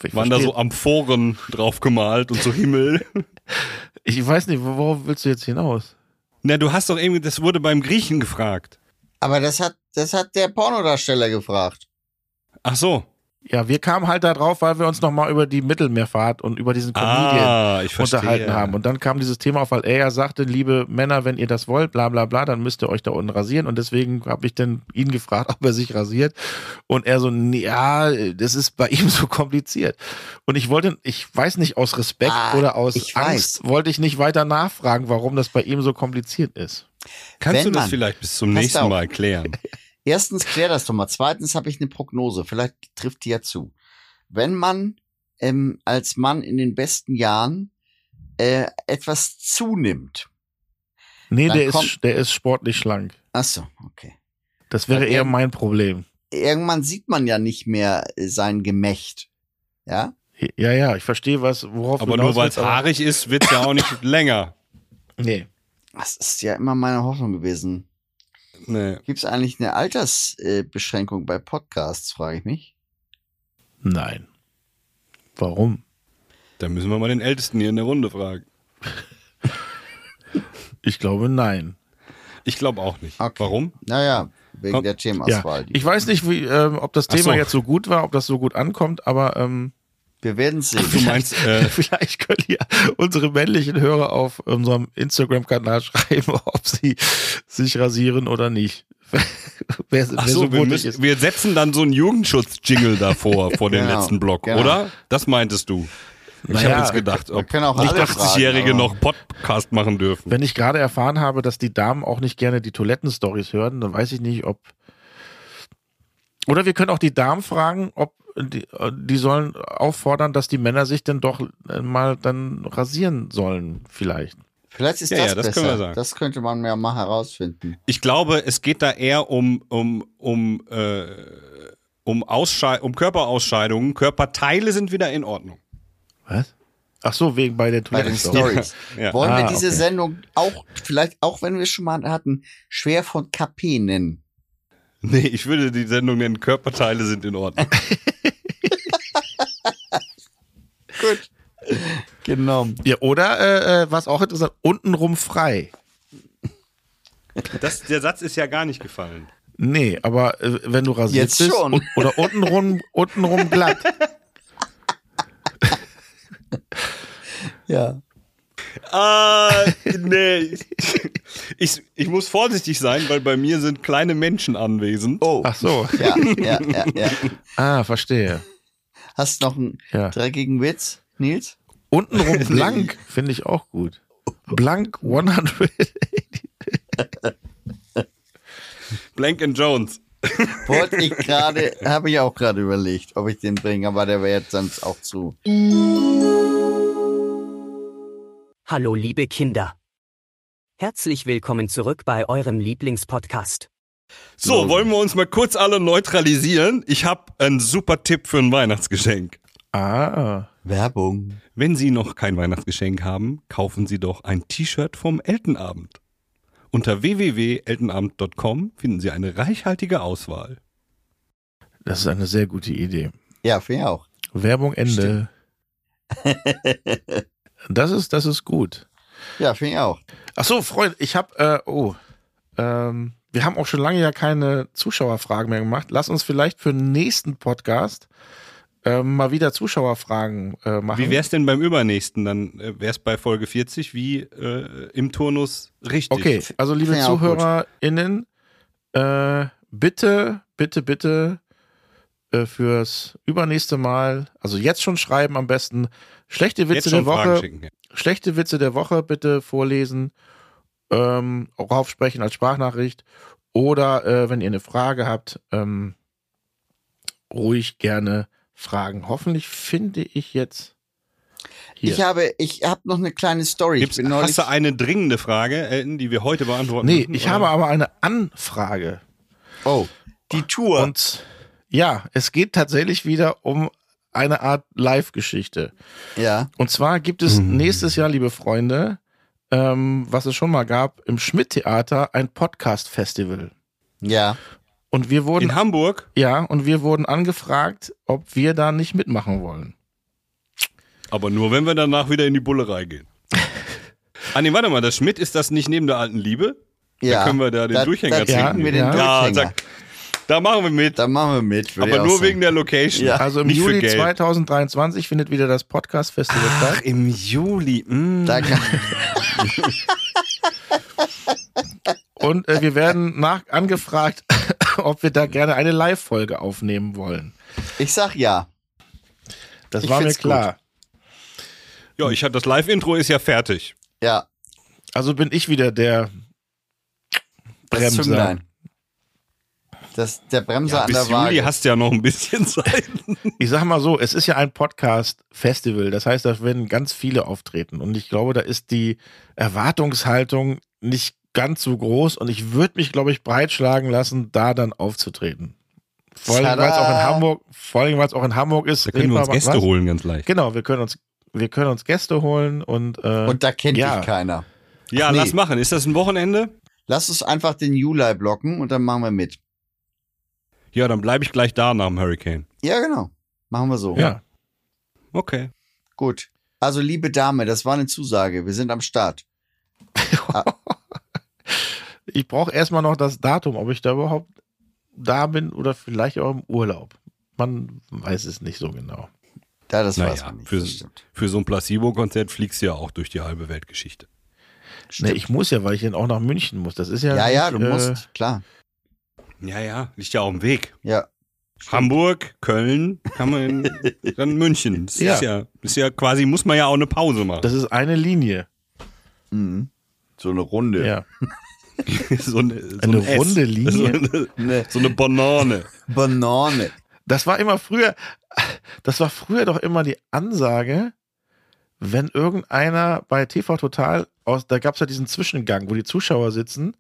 S4: Ich,
S3: Waren da
S4: verstehe-
S3: so Amphoren drauf gemalt und so
S4: [LAUGHS]
S3: Himmel?
S4: ich weiß nicht, wo- worauf willst du jetzt hinaus?
S3: Na, du hast doch irgendwie, das wurde beim Griechen gefragt.
S2: Aber das hat das hat der Pornodarsteller gefragt.
S3: Ach so.
S4: Ja, wir kamen halt da drauf, weil wir uns nochmal über die Mittelmeerfahrt und über diesen Comedian
S3: Ah, ich verstehe.
S4: unterhalten haben. Und dann kam dieses Thema auf, weil er ja sagte, liebe Männer, wenn ihr das wollt, bla bla bla, dann müsst ihr euch da unten rasieren. Und deswegen habe ich dann ihn gefragt, [LAUGHS] ob er sich rasiert. Und er so, "Nee, ja, das ist bei ihm [LAUGHS] so kompliziert. Und ich wollte, ich weiß nicht, aus Respekt
S2: Ah,
S4: oder aus
S2: ich
S4: Angst wollte ich nicht weiter nachfragen, warum das bei ihm so kompliziert ist.
S3: Kannst
S2: Wenn
S3: du das
S2: man-
S3: vielleicht bis zum
S2: Passt
S3: nächsten
S2: auf.
S3: Mal klären?
S2: Erstens klär das doch mal. Zweitens habe ich eine Prognose. Vielleicht trifft die ja zu. Wenn man ähm, als Mann in den besten Jahren äh, etwas zunimmt.
S4: Nee,
S2: Dann
S4: der ist,
S2: kommt-
S4: der ist sportlich schlank.
S2: Ach so, okay.
S4: Das wäre
S2: Dann
S4: eher
S2: irgend-
S4: mein Problem.
S2: Irgendwann sieht man ja nicht mehr äh, sein Gemächt. Ja?
S4: Ja, ja, ich verstehe was, worauf du
S3: Aber nur
S4: hinaus
S3: weil es
S4: willst, aber-
S3: haarig ist, wird ja auch
S2: [LAUGHS]
S3: nicht länger.
S4: Nee.
S2: Das ist ja immer meine Hoffnung gewesen.
S3: Nee.
S2: Gibt es eigentlich eine Altersbeschränkung bei Podcasts, frage ich mich.
S4: Nein. Warum?
S3: Da müssen wir mal den Ältesten hier in der Runde fragen.
S4: Ich glaube, nein.
S3: Ich glaube auch nicht.
S2: Okay. [LAUGHS]
S3: Warum?
S2: Naja, wegen
S3: Komm.
S2: der
S4: Ja.
S2: Themenauswahl. die-
S4: Ich weiß nicht, wie, ähm, ob das
S3: Ach
S4: Thema
S3: so.
S4: jetzt so gut war, ob das so gut ankommt, aber ähm, [LAUGHS]
S2: Wir werden sehen.
S3: Du meinst, äh,
S4: vielleicht können ja unsere männlichen Hörer auf unserem Instagram-Kanal schreiben, [LAUGHS] ob sie sich rasieren oder nicht. [LAUGHS] wer wer
S3: ach so,
S4: so
S3: wir,
S4: mutig
S3: müssen,
S4: ist.
S3: wir setzen dann so einen Jugendschutz-Jingle davor, vor dem
S2: Genau,
S3: letzten Block,
S2: genau.
S3: oder? Das meintest du. ich
S4: Naja,
S3: habe jetzt gedacht,
S2: wir
S3: ob
S2: können auch
S3: nicht
S2: alle fragen,
S3: 80-Jährige
S2: aber-
S3: noch Podcast machen dürfen.
S4: Wenn ich gerade erfahren habe, dass die Damen auch nicht gerne die Toiletten-Stories hören, dann weiß ich nicht, ob. Oder wir können auch die Damen fragen, ob die, äh, die sollen auffordern, dass die Männer sich denn doch äh, mal dann rasieren sollen, vielleicht.
S2: [LAUGHS] Vielleicht ist
S3: Ja,
S2: das,
S3: ja, das
S2: besser.
S3: können wir sagen.
S2: Das könnte man ja mal herausfinden.
S3: Ich glaube, es geht da eher um, um, um, äh, um, Ausschei um Körperausscheidungen. Körperteile sind wieder in Ordnung.
S4: Was? Ach so, wegen bei der
S2: Bei den
S4: Toiletten-Story.
S2: Stories.
S3: [LAUGHS] Ja.
S2: Wollen wir
S4: Ah,
S2: diese
S4: okay.
S2: Sendung auch, vielleicht auch wenn wir es schon mal hatten, schwer von KP nennen?
S3: [LAUGHS] Nee, ich würde die Sendung nennen, Körperteile sind in Ordnung. [LAUGHS]
S2: Gut. genau.
S4: Ja, oder äh, äh, was auch interessant, untenrum frei.
S3: [LAUGHS] Das, der Satz ist ja gar nicht gefallen.
S4: Nee, aber äh, wenn du rasiert
S2: Jetzt
S4: bist
S2: schon.
S4: und, oder untenrum, untenrum glatt.
S2: Ja.
S3: Ah, nee. Ich, ich muss vorsichtig sein, weil bei mir sind kleine Menschen anwesend.
S2: Oh.
S4: Ach so.
S2: Ja, ja, ja,
S3: [LAUGHS]
S2: ja.
S4: Ah, verstehe.
S2: Hast noch einen
S4: Ja.
S2: dreckigen Witz, Nils? [LAUGHS]
S4: Untenrum blank finde ich auch gut. Blank 100.
S3: Blank and Jones.
S2: Wollte ich gerade, habe ich auch gerade überlegt, ob ich den bringe, aber der wäre jetzt sonst auch zu.
S5: Hallo liebe Kinder. Herzlich willkommen zurück bei eurem Lieblingspodcast.
S3: So, wollen wir uns mal kurz alle neutralisieren? Ich habe einen super Tipp für ein Weihnachtsgeschenk.
S4: Ah.
S2: Werbung.
S3: Wenn Sie noch kein Weihnachtsgeschenk haben, kaufen Sie doch ein T-Shirt vom Eltenabend. Unter www.eltenabend.com finden Sie eine reichhaltige Auswahl.
S4: Das ist eine sehr gute Idee.
S2: Ja, finde ich auch.
S4: Werbung Ende. das ist das ist gut.
S2: Ja, finde ich auch.
S4: Ach so, Freund, ich habe äh, oh, ähm, wir haben auch schon lange ja keine Zuschauerfragen mehr gemacht. Lass uns vielleicht für den nächsten Podcast ähm, mal wieder Zuschauerfragen äh, machen.
S3: Wie wär's denn beim übernächsten? Dann äh, wär's bei Folge 40 wie äh, im Turnus richtig.
S4: okay, also liebe
S2: Finde ich auch gut.
S4: ZuhörerInnen, äh, bitte, bitte, bitte äh, fürs übernächste Mal, also jetzt schon schreiben am besten, schlechte
S3: Jetzt
S4: Witze
S3: schon
S4: der
S3: Fragen
S4: Woche,
S3: schicken.
S4: schlechte Witze der Woche bitte vorlesen, ähm, auch aufsprechen als Sprachnachricht. Oder äh, wenn ihr eine Frage habt, ähm, ruhig gerne fragen. Hoffentlich finde ich jetzt. Hier.
S2: Ich habe, ich habe noch eine kleine Story.
S3: Gibt's,
S2: ich bin neulich,
S3: hast du eine dringende Frage, Elton, die wir heute beantworten
S4: nee,
S3: müssen,
S4: ich
S3: oder?
S4: habe aber eine Anfrage.
S2: oh, die Tour.
S4: Und ja, es geht tatsächlich wieder um eine Art Live-Geschichte.
S2: ja.
S4: Und zwar gibt es
S2: Mhm.
S4: nächstes Jahr, liebe Freunde, ähm, was es schon mal gab, im Schmidt-Theater ein Podcast-Festival.
S2: Ja.
S4: Und wir wurden
S3: In Hamburg?
S4: Ja, und wir wurden angefragt, ob wir da nicht mitmachen wollen.
S3: Aber nur, wenn wir danach wieder in die Bullerei gehen. ah, nee, warte mal, das Schmidt, ist das nicht neben der alten Liebe?
S2: Ja.
S3: Da können wir da den
S2: Da-
S3: Durchhänger
S2: da
S3: ziehen.
S2: ziehen wir den
S4: Ja.
S3: Ja,
S2: Durchhänger.
S3: sag, Da machen wir mit.
S2: Dann machen wir mit. würde
S3: aber
S2: ich auch
S3: nur
S2: sagen.
S3: wegen der Location.
S2: Ja.
S4: Also im
S3: Nicht für
S4: Juli
S3: Geld. Ah.
S4: 2023 findet wieder das Podcast Festival
S3: Ach,
S4: statt.
S3: im Juli. mm.
S2: Da kann,
S4: Und äh, wir werden nach angefragt, ob wir da gerne eine Live-Folge aufnehmen wollen.
S2: ich sag ja.
S4: Das
S2: Ich
S4: war mir
S2: find's
S4: klar.
S3: Ja, ich hab, das Live-Intro ist ja fertig.
S2: Ja.
S4: Also bin ich wieder der
S2: Das
S4: Bremser.
S2: Zünglein. Das, der Bremser an
S3: Bis
S2: der
S3: Juli
S2: Waage.
S3: hast du ja noch ein bisschen [LAUGHS] Zeit.
S4: Ich sag mal so, es ist ja ein Podcast-Festival. Das heißt, da werden ganz viele auftreten. Und ich glaube, da ist die Erwartungshaltung nicht ganz so groß. Und ich würde mich, glaube ich, breitschlagen lassen, da dann aufzutreten. Vor allem, weil es auch in
S2: Tada.
S4: Hamburg, vor allem, weil es auch in Hamburg ist.
S3: Da können
S4: Reden
S3: wir uns
S4: aber-
S3: Gäste
S4: was?
S3: holen, ganz leicht.
S4: Genau, wir können uns, wir können uns Gäste holen und, äh,
S2: Und da kennt
S4: Ja.
S2: dich keiner.
S3: Ja,
S2: Ach, nee.
S3: lass machen. Ist das ein Wochenende?
S2: Lass uns einfach den Juli blocken und dann machen wir mit.
S3: Ja, dann bleibe ich gleich da nach dem Hurricane.
S2: Ja, genau. Machen wir so.
S4: ja.
S3: Okay.
S2: Gut. Also, liebe Dame, das war eine Zusage. Wir sind am Start.
S4: Ich brauche erstmal noch das Datum, ob ich da überhaupt da bin oder vielleicht auch im Urlaub. Man weiß es nicht so genau.
S2: Ja, das
S3: Naja,
S2: war's. man nicht.
S3: für-
S2: Das stimmt.
S3: Für so ein Placebo-Konzert fliegst du ja auch durch die halbe Weltgeschichte.
S4: Nee, ich muss ja, weil ich dann auch nach München muss. Das ist ja.
S2: Ja, ja, du
S4: nicht, äh,
S2: musst. Klar.
S3: Ja, ja, liegt ja auf dem Weg.
S2: Ja.
S3: Hamburg, Köln, kann man [LAUGHS] dann München. Das
S4: Ja.
S3: Ist, ja, ist ja quasi, muss man ja auch eine Pause machen.
S4: Das ist eine Linie.
S2: Mhm. So eine Runde.
S4: Ja.
S3: [LAUGHS] so eine, so
S4: Eine
S3: ein S.
S4: runde Linie.
S3: So eine,
S2: Ne, Eine
S3: so eine Banane.
S2: Banane.
S4: Das war immer früher. Das war früher doch immer die Ansage, wenn irgendeiner bei TV Total aus, da gab es ja diesen Zwischengang, wo die Zuschauer sitzen.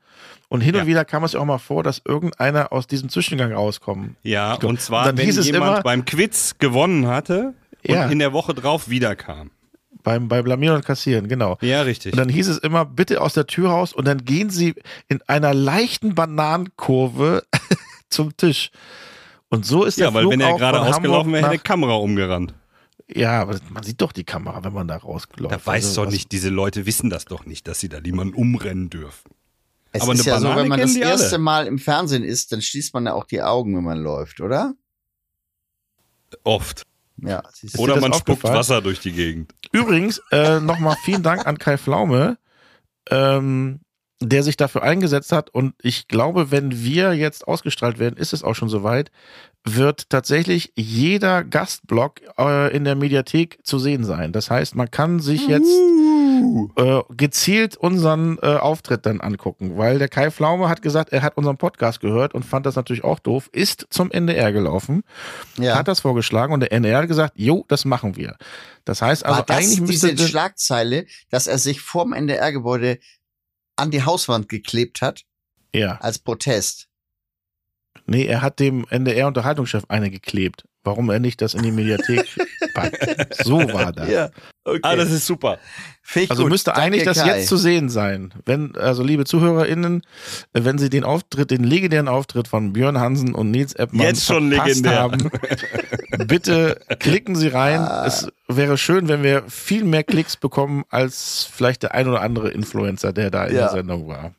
S4: Und hin
S3: Ja.
S4: und wieder kam es ja auch mal vor, dass irgendeiner aus diesem Zwischengang rauskommt.
S3: Ja,
S4: Genau.
S3: und zwar,
S4: Dann
S3: wenn
S4: hieß es
S3: jemand
S4: immer-
S3: beim Quiz gewonnen hatte und
S4: Ja.
S3: in der Woche drauf wiederkam.
S4: Beim, bei Blamieren und Kassieren, genau.
S3: Ja, richtig.
S4: Und dann hieß es immer, bitte aus der Tür raus und dann gehen sie in einer leichten Bananenkurve [LAUGHS] zum Tisch. Und so ist
S3: ja,
S4: der
S3: weil
S4: Flug
S3: wenn er
S4: auch
S3: gerade
S4: von
S3: ausgelaufen
S4: Hamburg
S3: wäre, hätte die
S4: nach-
S3: Kamera umgerannt.
S4: Ja, aber das- man sieht doch die Kamera, wenn man da rausläuft.
S3: Da weiß
S4: Also
S3: doch
S4: was-
S3: nicht, diese Leute wissen das doch nicht, dass sie da niemanden umrennen dürfen.
S2: Es
S3: Aber
S2: ist
S3: eine
S2: ja so,
S3: Banane
S2: wenn man das
S3: kennen die alle.
S2: erste Mal im Fernsehen ist, dann schließt man ja auch die Augen, wenn man läuft, oder?
S3: Oft.
S2: Ja. siehst du.
S4: dir
S3: Oder
S4: das
S3: man spuckt
S4: aufgefallen?
S3: Wasser durch die Gegend.
S4: Übrigens, äh, nochmal vielen Dank an Kai Flaume, ähm, der sich dafür eingesetzt hat. Und ich glaube, wenn wir jetzt ausgestrahlt werden, ist es auch schon soweit, wird tatsächlich jeder Gastblock äh, in der Mediathek zu sehen sein. Das heißt, man kann sich jetzt äh, gezielt unseren äh, Auftritt dann angucken, weil der Kai Flaume hat gesagt, er hat unseren Podcast gehört und fand das natürlich auch doof, ist zum NDR gelaufen,
S2: ja.
S4: hat das vorgeschlagen und der NDR hat gesagt, jo, das machen wir. Das heißt also
S2: War das
S4: eigentlich müsste
S2: diese
S4: das-
S2: Schlagzeile, dass er sich vorm NDR-Gebäude an die Hauswand geklebt hat
S4: ja,
S2: als Protest?
S4: nee, er hat dem NDR Unterhaltungschef eine geklebt. Warum er nicht das in die
S2: [LAUGHS]
S4: Mediathek packt? So war das.
S2: okay.
S3: Ah, das ist super.
S2: Finde ich
S4: Also
S2: gut.
S4: müsste
S2: Danke,
S4: eigentlich das
S2: Kai.
S4: jetzt zu sehen sein. Wenn, also liebe ZuhörerInnen, äh, wenn Sie den Auftritt, den legendären Auftritt von Björn Hansen und Nils Eppmann
S3: Jetzt schon
S4: verpasst
S3: legendär.
S4: haben, bitte klicken Sie rein.
S2: Ah.
S4: Es wäre schön, wenn wir viel mehr Klicks bekommen, als vielleicht der ein oder andere Influencer, der da in
S2: Ja.
S4: der Sendung war.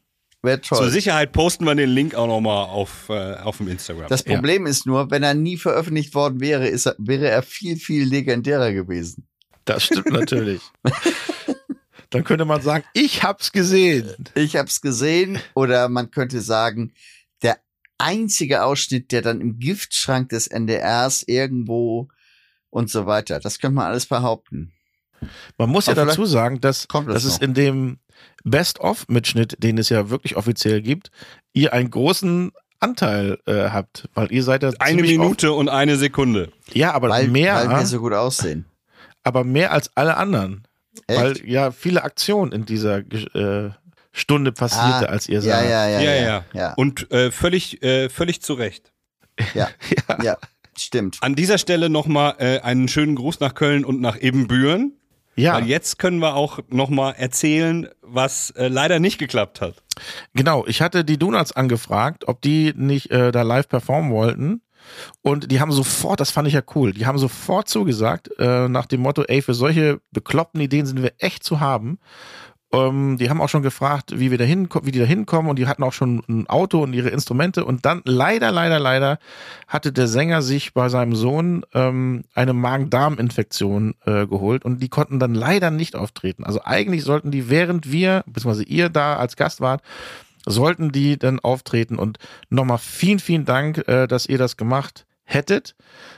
S2: Wär
S3: Zur
S2: toll.
S3: Sicherheit posten wir den Link auch nochmal auf, äh, auf dem Instagram.
S2: Das
S4: Ja.
S2: Problem ist nur, wenn er nie veröffentlicht worden wäre, ist er, wäre er viel, viel legendärer gewesen.
S4: Das stimmt natürlich. Dann könnte man sagen, ich hab's gesehen.
S2: Ich hab's gesehen oder man könnte sagen, der einzige Ausschnitt, der dann im Giftschrank des NDRs irgendwo und so weiter. Das könnte man alles behaupten.
S4: Man muss ja
S2: Aber
S4: dazu sagen, dass,
S2: kommt das
S4: dass es
S2: noch.
S4: in dem Best-of-Mitschnitt, den es ja wirklich offiziell gibt, ihr einen großen Anteil äh, habt, weil ihr seid ja
S3: eine
S4: ziemlich
S3: Minute und eine Sekunde.
S4: Oft, ja, aber
S2: Weil,
S4: mehr, ah?
S2: weil wir so gut aussehen.
S4: aber mehr als alle anderen,
S2: Echt?
S4: weil ja viele Aktionen in dieser äh, Stunde passierte,
S2: Ah,
S4: als ihr
S2: ja,
S4: sagt.
S2: ja, ja, ja, ja, ja,
S3: Und äh, völlig, äh, völlig zu Recht.
S4: [LAUGHS]
S2: ja, stimmt.
S3: An dieser Stelle nochmal äh, einen schönen Gruß nach Köln und nach Ebenbüren.
S4: ja.
S3: Weil jetzt können wir auch nochmal erzählen, was äh, leider nicht geklappt hat.
S4: Genau, ich hatte die Donuts angefragt, ob die nicht äh, da live performen wollten. Und die haben sofort, das fand ich ja cool, die haben sofort zugesagt, äh, nach dem Motto, ey, für solche bekloppten Ideen sind wir echt zu haben. Ähm, die haben auch schon gefragt, wie wir da hinko- wie die da hinkommen und die hatten auch schon ein Auto und ihre Instrumente und dann leider, leider, leider hatte der Sänger sich bei seinem Sohn ähm, eine Magen-Darm-Infektion äh, geholt und die konnten dann leider nicht auftreten. Also eigentlich sollten die, während wir, beziehungsweise ihr da als Gast wart, sollten die dann auftreten und nochmal vielen, vielen Dank, äh, dass ihr das gemacht hättet,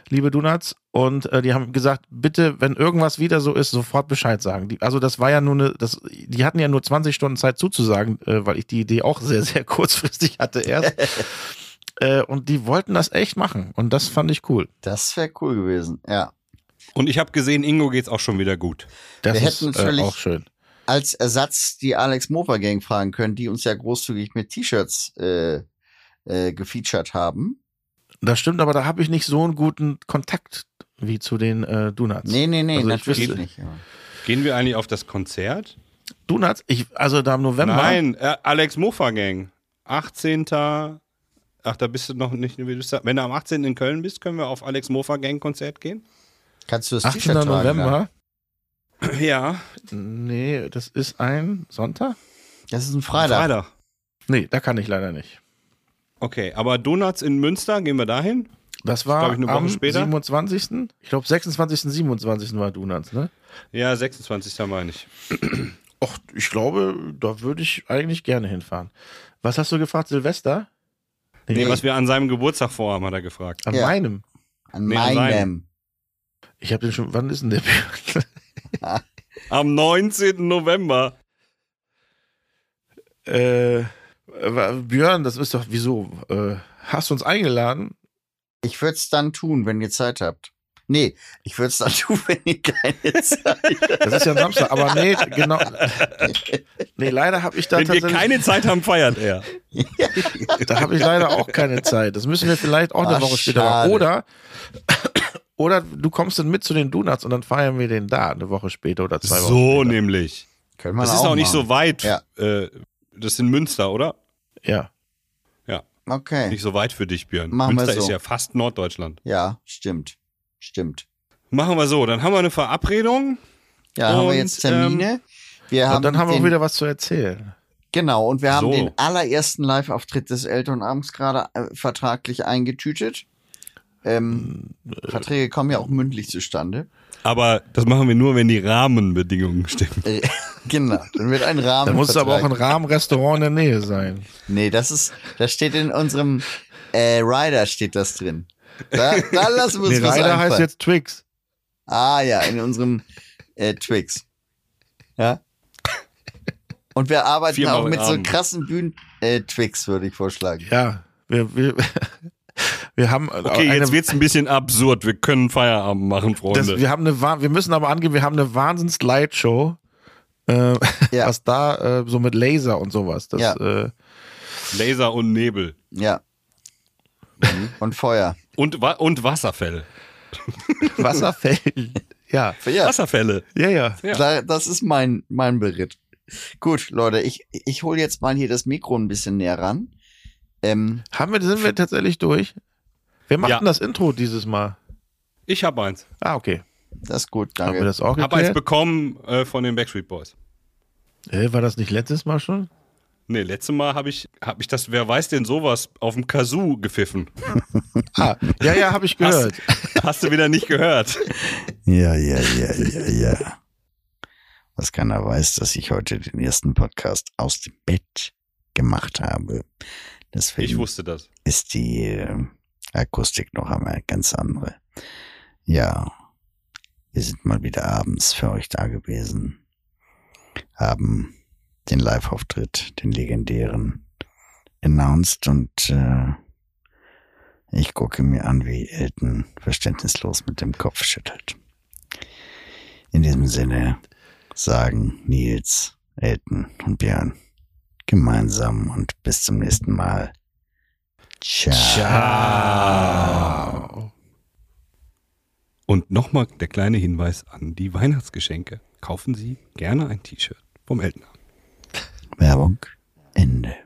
S4: liebe Donuts. Und äh, die haben gesagt, bitte, wenn irgendwas wieder so ist, sofort Bescheid sagen. Die, also das war ja nur eine, das, die hatten ja nur 20 Stunden Zeit zuzusagen, äh, weil ich die Idee auch sehr, sehr [LAUGHS] kurzfristig hatte
S2: [LAUGHS]
S4: erst. äh, und die wollten das echt machen. Und das fand ich cool.
S2: Das wäre cool gewesen, ja.
S3: Und ich habe gesehen, Ingo geht's auch schon wieder gut.
S4: Das
S2: Wir
S4: ist
S2: hätten
S4: äh,
S2: völlig-
S4: auch schön.
S2: Als Ersatz die Alex Mofa Gang fragen können, die uns ja großzügig mit T-Shirts äh, äh, gefeatured haben.
S4: Das stimmt, aber da habe ich nicht so einen guten Kontakt wie zu den äh, Donuts.
S2: Nee, nee, nee,
S4: Also ich
S2: natürlich
S4: wüsste-
S2: nicht. aber-
S3: Gehen wir eigentlich auf das Konzert?
S4: Donuts, ich, also da im November.
S3: Nein, äh, Alex Mofa Gang. 18. Ach, da bist du noch nicht. Wenn du am 18. in Köln bist, können wir auf Alex Mofa Gang Konzert gehen?
S2: Kannst du das
S4: 18.
S2: T-Shirt tragen? Ja.
S4: November.
S3: Ja,
S4: Nee, das ist ein Sonntag?
S2: Das ist ein Freitag.
S3: Freitag.
S4: Nee, da kann ich leider nicht.
S3: Okay, aber Donuts in Münster, gehen wir dahin?
S4: Das war
S3: glaub ich, eine Woche
S4: am
S3: später.
S4: 27. Ich glaube, 26. 27. war Donuts, ne?
S3: Ja, 26. meine ich.
S4: Och, ich glaube, da würde ich eigentlich gerne hinfahren. Was hast du gefragt, Silvester?
S3: Nee, was wir an seinem Geburtstag vorhaben, hat er gefragt.
S4: An
S2: Ja.
S4: meinem.
S2: An
S3: Nee, an
S2: meinem.
S4: Ich habe den schon, wann ist denn der? [LAUGHS]
S3: Am 19. November.
S4: äh, äh, Björn, das ist doch, wieso? Äh, hast du uns eingeladen?
S2: Ich würde es dann tun, wenn ihr Zeit habt. Nee, ich würde es dann [LAUGHS] tun, wenn ihr keine
S4: [LAUGHS]
S2: Zeit habt.
S4: Das ist ja ein Samstag, aber nee,
S3: [LAUGHS]
S4: genau. Nee, leider habe ich da
S3: Wenn wir
S4: tatsächlich.
S3: keine Zeit haben, feiert er.
S4: Da habe ich leider auch keine Zeit. Das müssen wir vielleicht auch eine
S2: Ach,
S4: Woche später
S2: schade.
S4: machen. Oder, oder du kommst dann mit zu den Donuts und dann feiern wir den da eine Woche später oder [LAUGHS] zwei Wochen.
S3: So nämlich.
S2: Können wir
S3: Das ist auch nicht
S2: machen.
S3: so weit.
S2: Ja.
S3: Äh, das ist in Münster, oder?
S4: Ja.
S2: Okay.
S3: Nicht so weit für dich, Björn.
S2: Machen wir
S3: Münster
S2: so.
S3: ist ja fast Norddeutschland.
S2: Ja, stimmt. Stimmt.
S3: Machen wir so, dann haben wir eine Verabredung.
S2: Ja, haben wir
S3: Und,
S2: jetzt Termine. Wir haben
S4: Und ähm, dann haben wir
S2: den,
S4: auch wieder was zu erzählen.
S2: Genau, und wir haben
S3: So.
S2: den allerersten Live-Auftritt des Elternabends gerade äh, vertraglich eingetütet. Ähm, Verträge kommen ja auch mündlich zustande.
S3: Aber das machen wir nur, wenn die Rahmenbedingungen stimmen.
S2: Äh, [LAUGHS] genau, dann wird ein Rahmen.
S4: Da muss es aber auch ein
S2: Rahmen.
S4: Rahmenrestaurant in der Nähe sein.
S2: Nee, das ist, das steht in unserem äh, Rider steht das drin. Da, da lassen wir uns
S4: Nee,
S2: was
S4: leider heißt
S2: einfallen.
S4: jetzt Twix.
S2: Ah ja, in unserem äh, Twix. Ja. Und wir arbeiten
S3: Viermal
S2: auch mit so
S3: Rahmen.
S2: krassen Bühnen. Äh, Twix würde ich
S4: [LAUGHS]
S2: vorschlagen.
S4: Ja, wir, wir, [LAUGHS] wir haben äh,
S3: Okay,
S4: eine,
S3: jetzt wird's ein bisschen absurd. Wir können Feierabend machen,
S4: das,
S3: Freunde.
S4: wir haben eine Wah- wir müssen aber angeben, wir haben eine Wahnsinns Lightshow. Äh,
S2: Ja.
S4: Was da äh, so mit Laser und sowas. Das,
S2: Ja.
S4: äh,
S3: Laser und Nebel.
S2: Ja. Mhm. Und Feuer.
S3: Und, Wa- und Wasserfälle.
S4: Wasserfällen.
S2: [LAUGHS]
S4: ja.
S2: Ja,
S3: Wasserfälle.
S4: Ja, ja.
S3: Ja.
S2: da, das ist mein, mein Beritt. Gut, Leute, ich, ich hole jetzt mal hier das Mikro ein bisschen näher ran. Ähm,
S4: Haben wir, sind wir tatsächlich durch? Wer macht
S3: Ja.
S4: denn das Intro dieses Mal?
S3: Ich habe eins.
S4: Ah, okay.
S2: das ist gut,
S4: Haben wir
S2: danke.
S4: das auch
S3: Hab eins
S4: geklärt?
S3: bekommen äh, von den Backstreet Boys.
S4: Hä, war das nicht letztes Mal schon?
S3: Nee, letztes Mal habe ich, hab ich das, wer weiß denn sowas, auf dem Kazoo gepfiffen. [LAUGHS]
S4: Ah, ja, ja, habe ich
S3: Hast,
S4: gehört.
S3: hast du wieder nicht gehört.
S2: Ja, ja, ja, ja, ja. Was keiner weiß, dass ich heute den ersten Podcast aus dem Bett gemacht habe.
S3: Ich
S2: Deswegen
S3: wusste das.
S2: ist die äh, Akustik noch einmal ganz andere. Ja, wir sind mal wieder abends für euch da gewesen. Haben den Live-Auftritt, den legendären, announced und äh, ich gucke mir an, wie Elton verständnislos mit dem Kopf schüttelt. In diesem Sinne sagen Nils, Elton und Björn gemeinsam und bis zum nächsten Mal. Ciao.
S3: Und nochmal der kleine Hinweis an die Weihnachtsgeschenke. Kaufen Sie gerne ein T-Shirt vom Elternabend.
S2: Werbung. Ende.